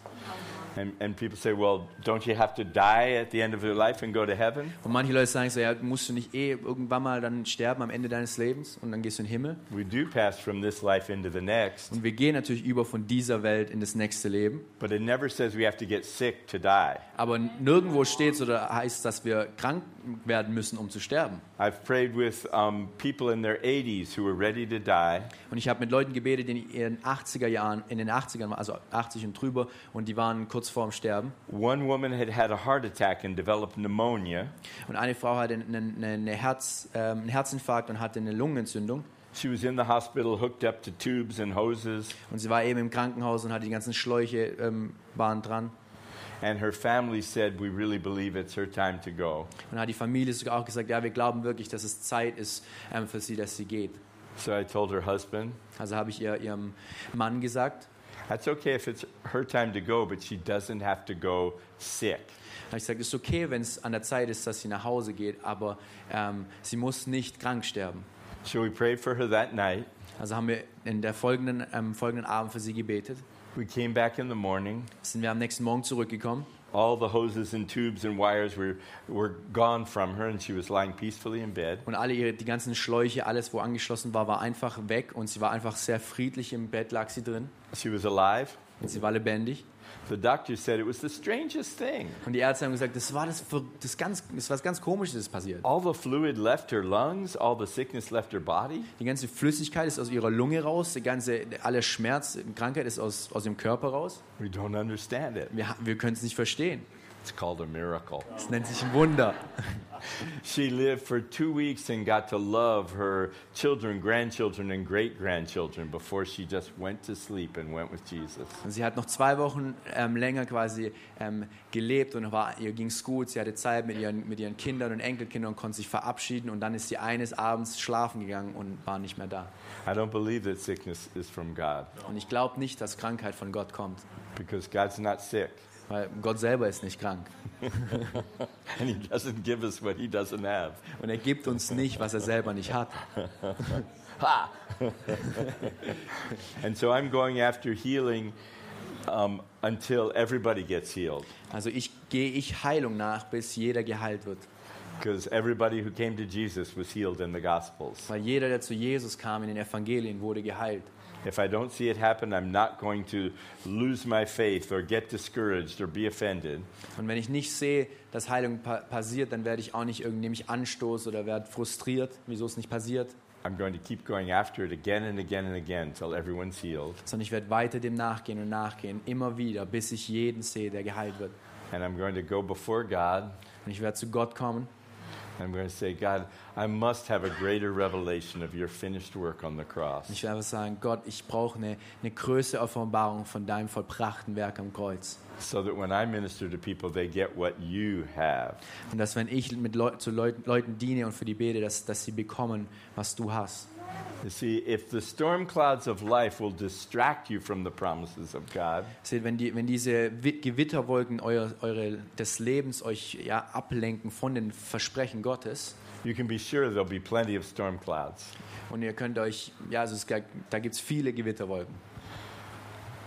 B: And, and people say, well, don't you have to die at the end of your life and go to heaven?
C: Und manche Leute sagen so, ja, musst du nicht eh irgendwann mal dann sterben am Ende deines Lebens und dann gehst du in den Himmel?
B: We do pass from this life into the next,
C: Und wir gehen natürlich über von dieser Welt in das nächste Leben.
B: but it never says we have to get sick to die.
C: Aber nirgendwo steht oder heißt, dass wir krank werden müssen, um zu sterben.
B: I've prayed with um, people in their 80s who were ready to die,
C: Und ich habe mit Leuten gebetet, die in ihren 80er Jahren, in den 80ern, waren, also 80 und drüber, und die waren kurz vorm Sterben.
B: One woman had had a heart attack and developed pneumonia.
C: Und eine Frau hatte einen, einen, Herz, ähm, einen Herzinfarkt und hatte eine Lungenentzündung.
B: She was in the hospital hooked up to tubes and hoses,
C: Und sie war eben im Krankenhaus und hatte die ganzen Schläuche ähm, waren dran.
B: and her family said, We really believe it's her time to go.
C: Und dann hat die Familie sogar auch gesagt, ja, wir glauben wirklich, dass es Zeit ist ähm, für sie, dass sie geht.
B: So I told her husband,
C: Also habe ich ihr, ihrem Mann gesagt,
B: That's okay if it's her time to go, but she doesn't have to go sick.
C: habe ich gesagt, es ist okay, wenn es an der Zeit ist, dass sie nach Hause geht, aber ähm, sie muss nicht krank sterben.
B: So we prayed for her that night.
C: Also haben wir in der folgenden, ähm, folgenden Abend für sie gebetet.
B: We came back in the morning.
C: Sind wir am nächsten Morgen zurückgekommen.
B: All the hoses and tubes and wires were, were gone from her, and she was lying peacefully in bed.
C: Und alle ihre, die ganzen Schläuche, alles, wo angeschlossen war, war einfach weg. Und sie war einfach sehr friedlich im Bett, lag sie drin.
B: She was alive.
C: Und sie war lebendig.
B: The doctor said it was the strangest thing.
C: Und die Ärzte haben gesagt, das war das, Ver- das ganz, das was ganz Komisches das ist passiert.
B: All the fluid left her lungs, all the sickness left her body.
C: Die ganze Flüssigkeit ist aus ihrer Lunge raus, die ganze, alle Schmerz, Krankheit ist aus, aus dem Körper raus.
B: We don't understand it.
C: Wir, ha- wir können es nicht verstehen.
B: It's called a miracle.
C: Es nennt sich ein Wunder.
B: She lived for two weeks and got to love her children, grandchildren, and great grandchildren before she just went to sleep and went with Jesus.
C: Und sie hat noch zwei Wochen ähm, länger quasi ähm, gelebt und war, ihr ging es gut. Sie hatte Zeit mit ihren, mit ihren Kindern und Enkelkindern und konnte sich verabschieden. Und dann ist sie eines Abends schlafen gegangen und war nicht mehr da.
B: I don't believe that sickness is from God
C: Und ich glaube nicht, dass Krankheit von Gott kommt,
B: because God's not sick
C: weil Gott selber ist nicht krank.
B: and He doesn't give us what He doesn't have.
C: Und er gibt uns nicht, was er selber nicht hat.
B: And so I'm going after healing um, until everybody gets healed
C: Also ich gehe ich Heilung nach, bis jeder geheilt wird.
B: because everybody who came to Jesus was healed in the Gospels.
C: Weil jeder, der zu Jesus kam in den Evangelien, wurde geheilt.
B: If I don't see it happen, I'm not going to lose my faith or get discouraged or be offended.
C: Und wenn ich nicht sehe, dass Heilung pa passiert, dann werde ich auch nicht irgendwie nämlich Anstoß oder werde frustriert, wieso es nicht passiert,
B: I'm going to keep going after it again and again and again till everyone's healed.
C: sondern ich werde weiter dem nachgehen und nachgehen, immer wieder, bis ich jeden sehe, der geheilt wird.
B: And I'm going to go before God
C: Und ich werde zu Gott kommen
B: I'm going to say, God, I must have a greater revelation of your finished work on the
C: und ich
B: cross.
C: werde einfach sagen, Gott, ich brauche eine, eine größere Offenbarung von deinem vollbrachten Werk am Kreuz.
B: So that when I minister to people, they get what you have.
C: Und dass wenn ich mit Leu zu Leuten- Leuten diene und für die bete, dass, dass sie bekommen, was du hast.
B: You see, if the storm clouds of life will distract you from the promises of God,
C: Seht, wenn, die, wenn diese Wi- Gewitterwolken euer, eure, des Lebens euch ja, ablenken von den Versprechen Gottes,
B: you can be sure there'll be plenty of storm clouds.
C: und ihr könnt euch, ja, also es, gibt- da gibt es viele Gewitterwolken.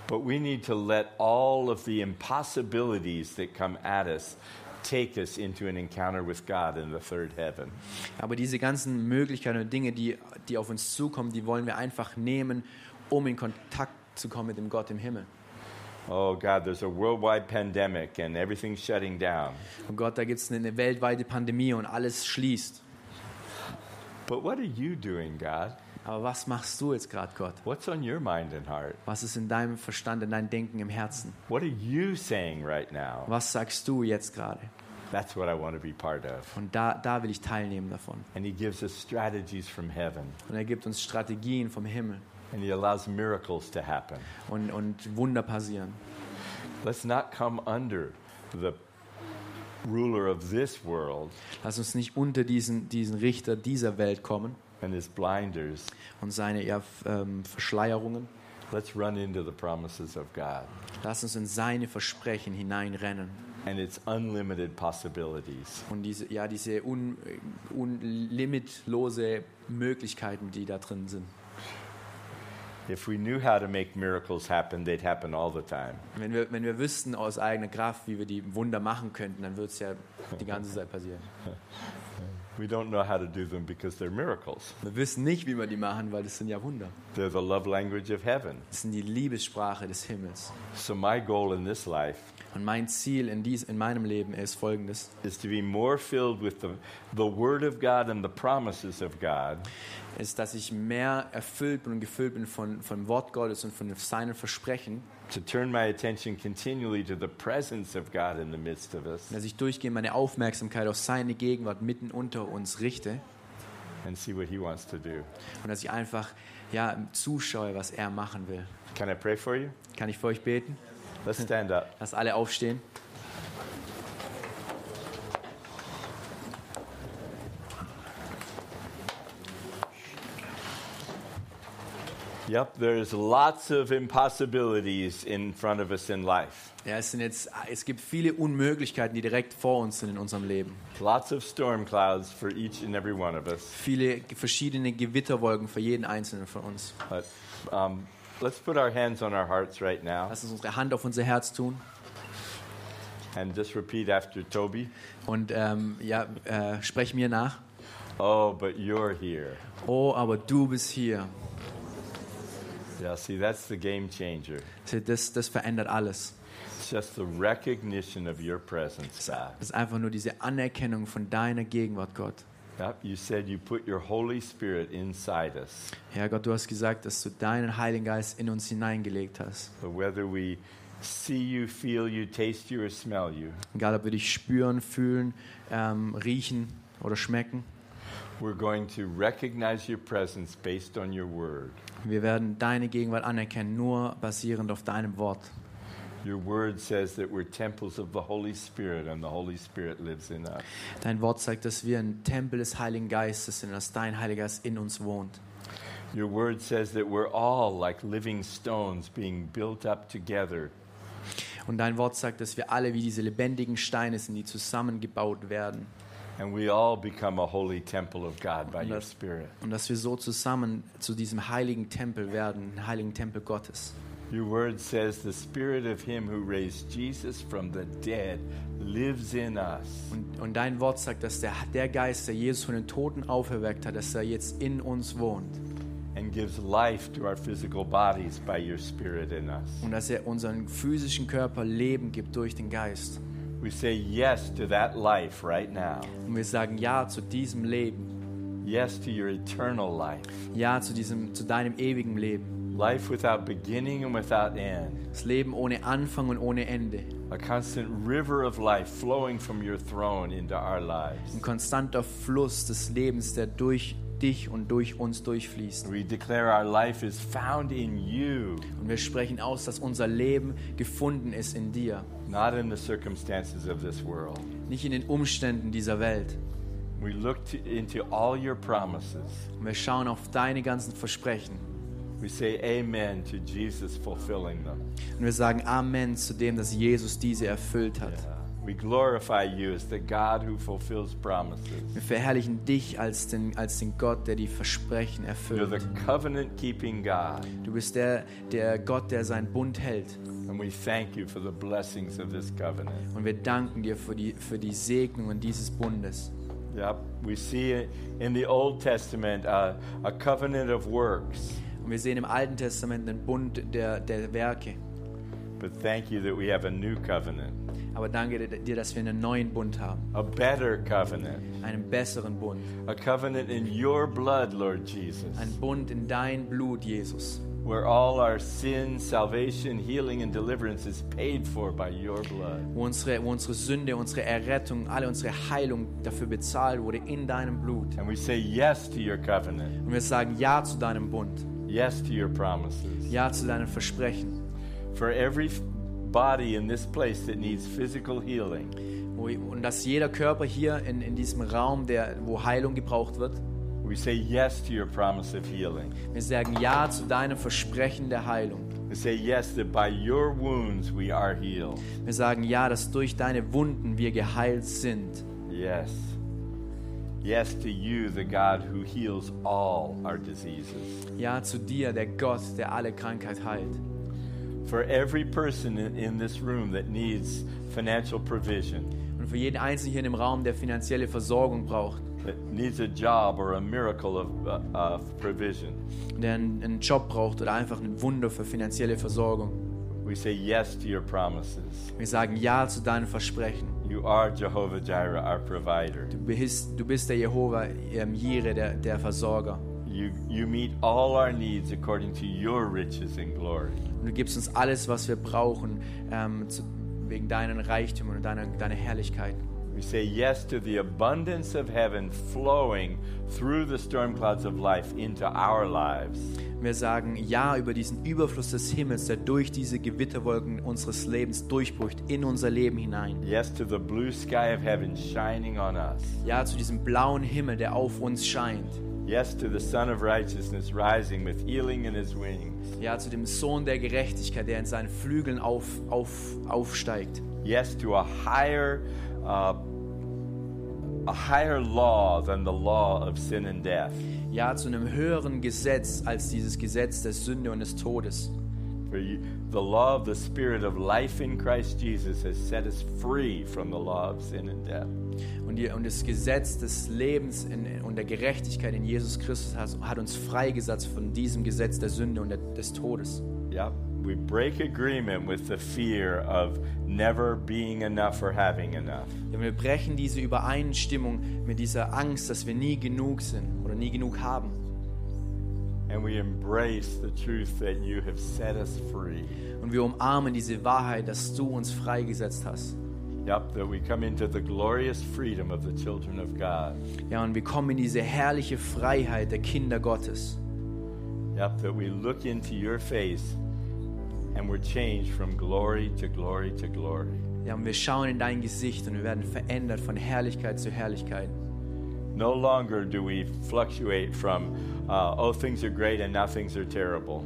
B: But we need to let all of the impossibilities that come at us take us into an encounter with God in the third heaven.
C: Aber diese ganzen Möglichkeiten und Dinge, die, die auf uns zukommen, die wollen wir einfach nehmen, um in Kontakt zu kommen mit dem Gott im Himmel.
B: Oh, God, there's a worldwide pandemic and everything's shutting down.
C: Und Gott, da gibt es eine, eine weltweite Pandemie und alles schließt.
B: But what are you doing, God?
C: Aber was machst du jetzt gerade, Gott?
B: What's on your mind and heart?
C: Was ist in deinem Verstand, in deinem Denken, im Herzen?
B: What are you saying right now?
C: Was sagst du jetzt gerade?
B: That's what I want to be part of.
C: Und da, da will ich teilnehmen davon.
B: And he gives us strategies from heaven,
C: Und er gibt uns Strategien vom Himmel
B: and he allows miracles to happen.
C: und, und Wunder passieren.
B: Let's not come under the ruler of this world
C: Lass uns nicht unter diesen, diesen Richter dieser Welt kommen
B: and his blinders.
C: und seine ja, f- ähm, Verschleierungen.
B: Let's run into the promises of God.
C: Lass uns in seine Versprechen hineinrennen.
B: and its unlimited possibilities.
C: Und diese, ja, diese un, unlimitlose Möglichkeiten, die da drin sind.
B: If we knew how to make miracles happen, they'd happen all the time.
C: Wenn wir, wenn wir wüssten aus eigener Kraft, wie wir die Wunder machen könnten, dann würde es ja die ganze Zeit passieren.
B: We don't know how to do them because they're miracles.
C: Wir wissen nicht, wie wir die machen, weil das sind ja Wunder.
B: They're the love language of heaven.
C: Das sind die Liebessprache des Himmels.
B: So, my goal in this life
C: Und mein Ziel in, dies, in meinem Leben ist folgendes,
B: is to be more filled with the, the Word of God and the promises of God
C: ist, dass ich mehr erfüllt bin und gefüllt bin von, von Wort Gottes und von seinen Versprechen,
B: to turn my attention continually to the presence of God in the midst of us
C: dass ich durchgehend meine Aufmerksamkeit auf seine Gegenwart mitten unter uns richte
B: and see what He wants to do.
C: und dass ich einfach ja, zuschaue, was er machen will.
B: Can I pray for you?
C: Kann ich für euch beten?
B: Let's stand up.
C: Lasst alle aufstehen.
B: Yep, there's lots of impossibilities in front of us in life,
C: Ja, es, sind jetzt, es gibt viele Unmöglichkeiten, die direkt vor uns sind in unserem Leben.
B: lots of storm clouds for each and every one of us.
C: Viele verschiedene Gewitterwolken für jeden Einzelnen von uns.
B: But um, let's put our hands on our hearts right now
C: Lass uns unsere Hand auf unser Herz tun
B: and just repeat after Toby.
C: und ähm, ja, äh, sprech mir nach.
B: Oh, but you're here.
C: Oh, aber du bist hier.
B: Yeah, see, that's the game changer.
C: Seht, Das, das verändert alles.
B: It's just the recognition of your presence, God.
C: Das ist einfach nur diese Anerkennung von deiner Gegenwart, Gott.
B: Yep, you said you put your Holy Spirit inside us.
C: Herr Gott, du hast gesagt, dass du deinen Heiligen Geist in uns hineingelegt hast.
B: So whether we see you, feel you, taste you, or smell you,
C: Egal, ob wir dich spüren, fühlen, ähm, riechen oder schmecken.
B: we're going to recognize your presence based on your word.
C: Wir werden deine Gegenwart anerkennen, nur basierend auf deinem Wort.
B: Your word says that we're temples of the Holy Spirit and the Holy Spirit lives in us.
C: Dein Wort zeigt, dass wir ein Tempel des Heiligen Geistes sind, dass dein Heiliger Geist in uns wohnt.
B: Your word says that we're all like living stones being built up together
C: Und dein Wort sagt, dass wir alle wie diese lebendigen Steine sind, die zusammengebaut werden.
B: and we all become a holy temple of God by your Spirit.
C: Und dass wir so zusammen zu diesem heiligen Tempel werden, einem heiligen Tempel Gottes.
B: Your word says the Spirit of Him who raised Jesus from the dead lives in us.
C: Und, und dein Wort sagt, dass der, der Geist, der Jesus von den Toten auferweckt hat, dass er jetzt in uns wohnt.
B: and gives life to our physical bodies by your Spirit in us.
C: Und dass er unseren physischen Körper Leben gibt durch den Geist.
B: We say yes to that life right now,
C: Und wir sagen Ja zu diesem Leben.
B: yes to your eternal life,
C: Ja zu, diesem, zu deinem ewigen Leben.
B: life without beginning and without end,
C: Das Leben ohne Anfang und ohne Ende.
B: a constant river of life flowing from your throne into our lives.
C: Ein konstanter Fluss des Lebens, der durch dich und durch uns durchfließt.
B: We declare our life is found in you,
C: Und wir sprechen aus, dass unser Leben gefunden ist in dir.
B: not in the circumstances of this world.
C: Nicht in den Umständen dieser Welt.
B: We look to, into all your promises.
C: Und wir schauen auf deine ganzen Versprechen.
B: We say amen to Jesus fulfilling them.
C: Und wir sagen Amen zu dem, dass Jesus diese erfüllt hat.
B: We glorify you as the God who fulfills promises.
C: Wir verherrlichen dich als den, als den Gott, der die Versprechen
B: You're the
C: erfüllt.
B: covenant keeping God,
C: Du bist der, der Gott, der seinen Bund hält.
B: and we thank you for the blessings of this covenant.
C: Und wir danken dir für die, für die Segnungen dieses Bundes.
B: Yep, we see it in the Old Testament uh, a covenant of works,
C: Und wir sehen im Alten Testament den Bund der, der Werke.
B: but thank you that we have a new covenant,
C: Aber danke dir, dass wir einen neuen Bund haben.
B: a better covenant,
C: Einen besseren Bund.
B: a covenant in your blood, Lord Jesus,
C: Ein Bund in dein Blut, Jesus.
B: where all our sin, salvation, healing, and deliverance is paid for by your blood.
C: Wo unsere, wo unsere Sünde, unsere Errettung, alle unsere Heilung dafür bezahlt wurde in deinem Blut.
B: And we say yes to your covenant,
C: Und wir sagen Ja zu deinem Bund.
B: yes to your promises.
C: Ja zu deinen Versprechen.
B: For every f- body in this place that needs physical healing,
C: Wo- Und dass jeder Körper hier in, in diesem Raum, der, wo Heilung gebraucht wird,
B: We say yes to your promise of healing.
C: wir sagen Ja zu deinem Versprechen der Heilung.
B: We say, yes, that by your wounds we are healed.
C: Wir sagen ja, dass durch deine Wunden wir geheilt sind.
B: Yes. Yes to you, the God who heals all our diseases.
C: Ja zu dir, der Gott, der alle Krankheit heilt.
B: For every person in, in this room that needs financial provision,
C: Und für jeden Einzelnen hier in dem Raum, der finanzielle Versorgung braucht,
B: that needs a job or a miracle of, uh, of provision,
C: der einen, einen Job braucht oder einfach ein Wunder für finanzielle Versorgung.
B: we say yes to your promises.
C: Wir sagen ja zu deinen Versprechen.
B: You are Jehovah Jireh, our provider.
C: Du bist, du bist der Jehova, ähm, Jire, der, der Versorger.
B: You, you meet all our needs according to your riches and glory.
C: Und du gibst uns alles, was wir brauchen, ähm, zu, wegen deinen Reichtümern und deiner, deiner Herrlichkeit.
B: We say yes to the abundance of heaven flowing through the storm clouds of life into our lives.
C: Wir sagen Ja über diesen Überfluss des Himmels, der durch diese Gewitterwolken unseres Lebens durchbricht, in unser Leben hinein.
B: Yes to the blue sky of heaven shining on us.
C: Ja zu diesem blauen Himmel, der auf uns scheint.
B: Yes to the Son of Righteousness rising with healing in his wings.
C: Ja zu dem Sohn der Gerechtigkeit, der in seinen Flügeln auf, auf, aufsteigt.
B: Yes to a higher, uh, a higher law than the law of sin and death.
C: Ja zu einem höheren Gesetz als dieses Gesetz der Sünde und des Todes.
B: For you, the law of the Spirit of life in Christ Jesus has set us free from the law of sin and death.
C: Und, die, und das Gesetz des Lebens in, und der Gerechtigkeit in Jesus Christus hat, hat uns freigesetzt von diesem Gesetz der Sünde und der, des Todes.
B: Yep. We break agreement with the fear of never being enough or having enough.
C: Denn wir brechen diese Übereinstimmung mit dieser Angst, dass wir nie genug sind oder nie genug haben.
B: And we embrace the truth that you have set us free.
C: Und wir umarmen diese Wahrheit, dass du uns freigesetzt hast.
B: Yep, that we come into the glorious freedom of the children of God.
C: Ja, und wir kommen in diese herrliche Freiheit der Kinder Gottes.
B: Yep, that we look into your face and we're changed from glory to glory to glory.
C: Ja, und wir schauen in dein Gesicht und wir werden verändert von Herrlichkeit zu Herrlichkeit.
B: No longer do we fluctuate from, uh, oh, things are great and now things are terrible.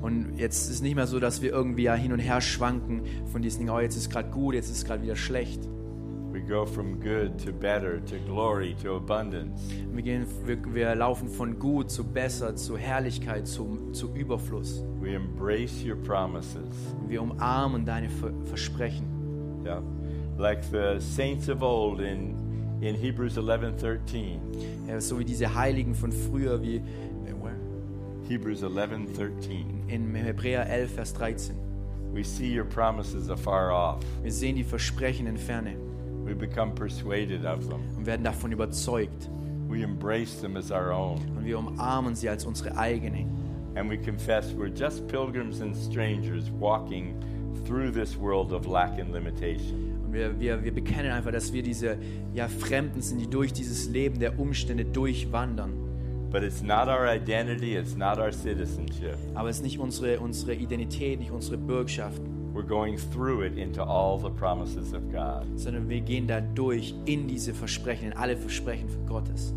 C: Und jetzt ist nicht mehr so, dass wir irgendwie ja hin und her schwanken von diesen, oh, jetzt ist gerade gut, jetzt ist gerade wieder schlecht.
B: We go from good to better to glory to abundance.
C: Wir, gehen, wir, wir laufen von gut zu besser, zu Herrlichkeit, zum, zu Überfluss.
B: We embrace your promises.
C: Wir umarmen deine Ver Versprechen.
B: Yeah. Like the saints of old in, in Hebrews 11 13.
C: Ja, so wie diese Heiligen von früher, wie äh, where?
B: Hebrews 11 13.
C: in Hebräer 11, Vers 13.
B: We see your promises afar off.
C: Wir sehen die Versprechen in Ferne
B: We become persuaded of them.
C: und werden davon überzeugt.
B: We embrace them as our own.
C: Und wir umarmen sie als unsere eigenen.
B: And we confess we're just pilgrims and strangers walking through this world of lack and limitation.
C: Und wir, wir, wir bekennen einfach, dass wir diese ja, Fremden sind, die durch dieses Leben der Umstände durchwandern.
B: But it's not our identity, it's not our citizenship.
C: Aber es ist nicht unsere, unsere Identität, nicht unsere Bürgschaft,
B: We're going through it into all the promises of God.
C: sondern wir gehen da durch in diese Versprechen, in alle Versprechen von Gottes.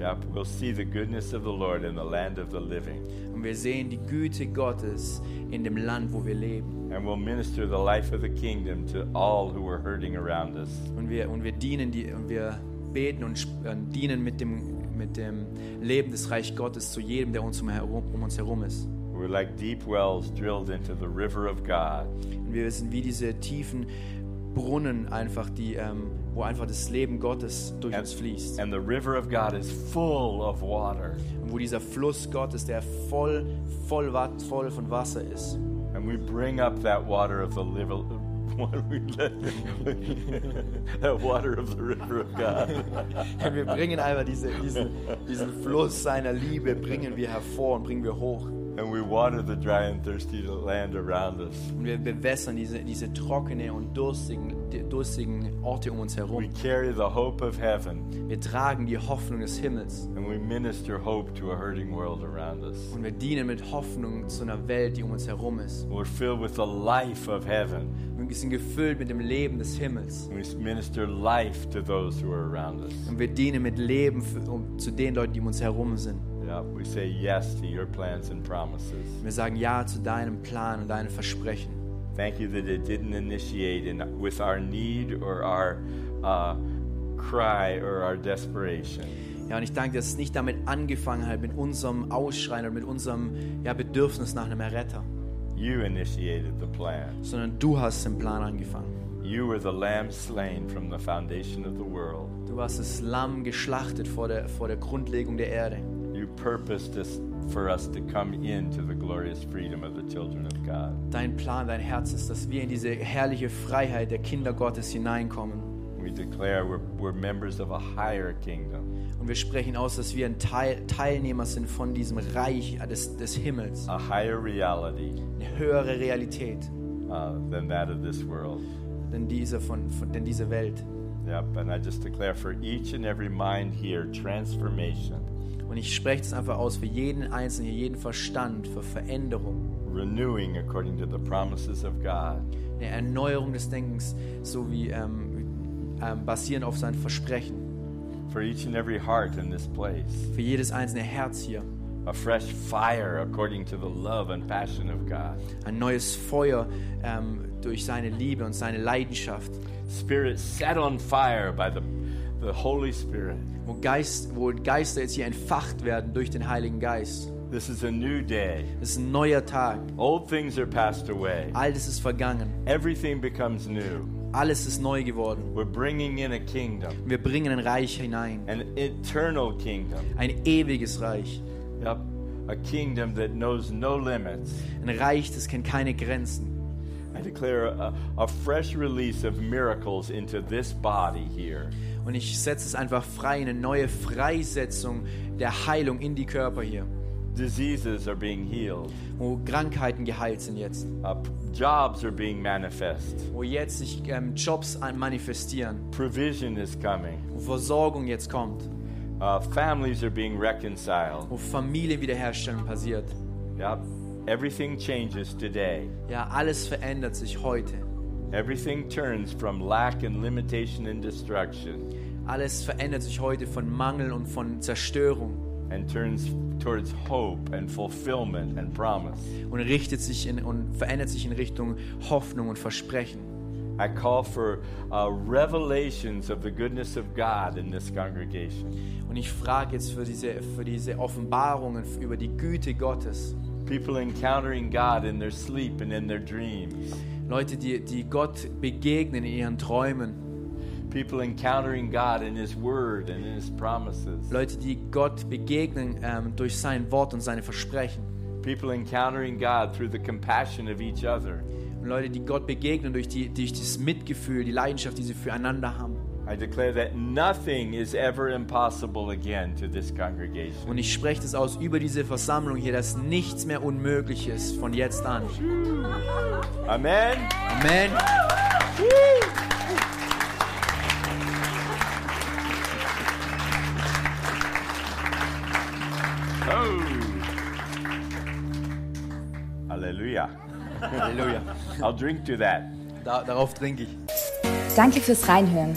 B: Yep, we'll see the goodness of the Lord in the land of the living,
C: Und wir sehen die Güte Gottes in dem Land, wo wir leben.
B: and we'll minister the life of the kingdom to all who are hurting around us.
C: Und wir, und wir dienen, die, und wir beten und sp- äh, dienen mit dem, mit dem Leben des Reich Gottes zu jedem, der uns um, herum, um uns herum ist.
B: We're like deep wells drilled into the river of God.
C: Und wir sind wie diese tiefen Brunnen einfach, die, ähm, wo einfach das Leben Gottes durch uns fließt.
B: and the river of God is full of water.
C: Und wo dieser Fluss Gottes, der voll, voll, wa- voll von Wasser ist.
B: And we bring up that water of the liver. that water of the river of God.
C: Und wir bringen einfach diese, diesen, diesen Fluss seiner Liebe, bringen wir hervor und bringen wir hoch.
B: and we water the dry and thirsty land around us.
C: Und wir bewässern diese, diese trockene und durstigen, die- durstigen Orte um uns
B: We
C: herum.
B: carry the hope of heaven
C: Wir tragen die Hoffnung des Himmels.
B: and we minister hope to a hurting world around us.
C: Und wir dienen mit Hoffnung zu einer Welt, die um uns herum ist.
B: We're filled with the life of heaven.
C: Und wir sind gefüllt mit dem Leben des Himmels.
B: We minister life to those who are around us.
C: Und wir dienen mit Leben für, um, zu den Leuten, die um uns herum sind.
B: Yeah. up. We say yes to your plans and promises.
C: Wir sagen Ja zu deinem Plan und deinen Versprechen.
B: Thank you that it didn't initiate in, with our need or our uh, cry or our desperation.
C: Ja, und ich danke dir, dass es nicht damit angefangen hat, mit unserem Ausschreien oder mit unserem ja, Bedürfnis nach einem Erretter,
B: You initiated the plan.
C: sondern du hast den Plan angefangen.
B: You were the lamb slain from the foundation of the world.
C: Du hast das Lamm geschlachtet vor der, vor der Grundlegung der Erde.
B: You purposed us for us to come into the glorious freedom of the children of God.
C: Dein Plan, dein Herz ist, dass wir in diese herrliche Freiheit der Kinder Gottes hineinkommen.
B: We declare we're, we're members of a higher kingdom,
C: Und wir sprechen aus, dass wir ein Teil, Teilnehmer sind von diesem Reich des, des Himmels.
B: a higher reality
C: Eine höhere Realität,
B: uh, than that of this world.
C: denn diese, von, von, denn diese Welt.
B: Yep, and I just declare for each and every mind here transformation,
C: Und ich spreche es einfach aus für jeden Einzelnen, hier, jeden Verstand, für Veränderung,
B: renewing according to the promises of God.
C: eine Erneuerung des Denkens, sowie ähm, ähm, basierend auf sein Versprechen.
B: For each and every heart in this place,
C: Für jedes einzelne Herz hier.
B: a fresh fire according to the love and passion of God.
C: Ein neues Feuer ähm, durch seine Liebe und seine Leidenschaft.
B: Spirit set on fire by the, the Holy Spirit.
C: Wo, Geist, wo Geister jetzt hier entfacht werden durch den Heiligen Geist.
B: This is a new day.
C: Es ist ein neuer Tag.
B: Old things are passed away.
C: All das ist vergangen.
B: Everything becomes new.
C: Alles ist neu geworden.
B: We're bringing in a kingdom,
C: Wir bringen ein Reich hinein.
B: an eternal kingdom.
C: Ein ewiges Reich.
B: Yep. A kingdom that knows no limits.
C: Ein Reich, das kennt keine Grenzen.
B: I declare a, a fresh release of miracles into this body here.
C: Und ich setze es einfach frei, eine neue Freisetzung der Heilung in die Körper hier,
B: Diseases are being healed,
C: wo Krankheiten geheilt sind jetzt,
B: uh, p- jobs are being manifest,
C: wo jetzt sich ähm, Jobs an- manifestieren,
B: provision is coming,
C: wo Versorgung jetzt kommt,
B: uh, families are being reconciled.
C: wo Familienwiederherstellung passiert.
B: Yep. Everything changes today.
C: Ja, alles verändert sich heute.
B: Everything turns from lack and limitation and destruction
C: Alles verändert sich heute von Mangel und von Zerstörung
B: and turns towards hope and fulfillment and promise.
C: und richtet sich in, und verändert sich in Richtung Hoffnung und Versprechen.
B: I call for uh, revelations of the goodness of God in this congregation.
C: Und ich frage jetzt für diese, für diese Offenbarungen über die Güte Gottes.
B: People encountering God in their sleep and in their dreams.
C: Leute, die, die Gott begegnen in ihren Träumen.
B: People encountering God in His Word and in His promises.
C: Leute, die Gott begegnen ähm, durch sein Wort und seine Versprechen.
B: People encountering God through the compassion of each other.
C: Und Leute, die Gott begegnen durch, die, durch das Mitgefühl, die Leidenschaft, die sie füreinander haben.
B: I declare that nothing is ever impossible again to this congregation.
C: Und ich spreche das aus über diese Versammlung hier, dass nichts mehr unmöglich ist von jetzt an.
B: Amen.
C: Amen.
B: Hallelujah.
C: Halleluja.
B: I'll drink to that.
C: Da, darauf trinke ich.
A: Danke fürs Reinhören.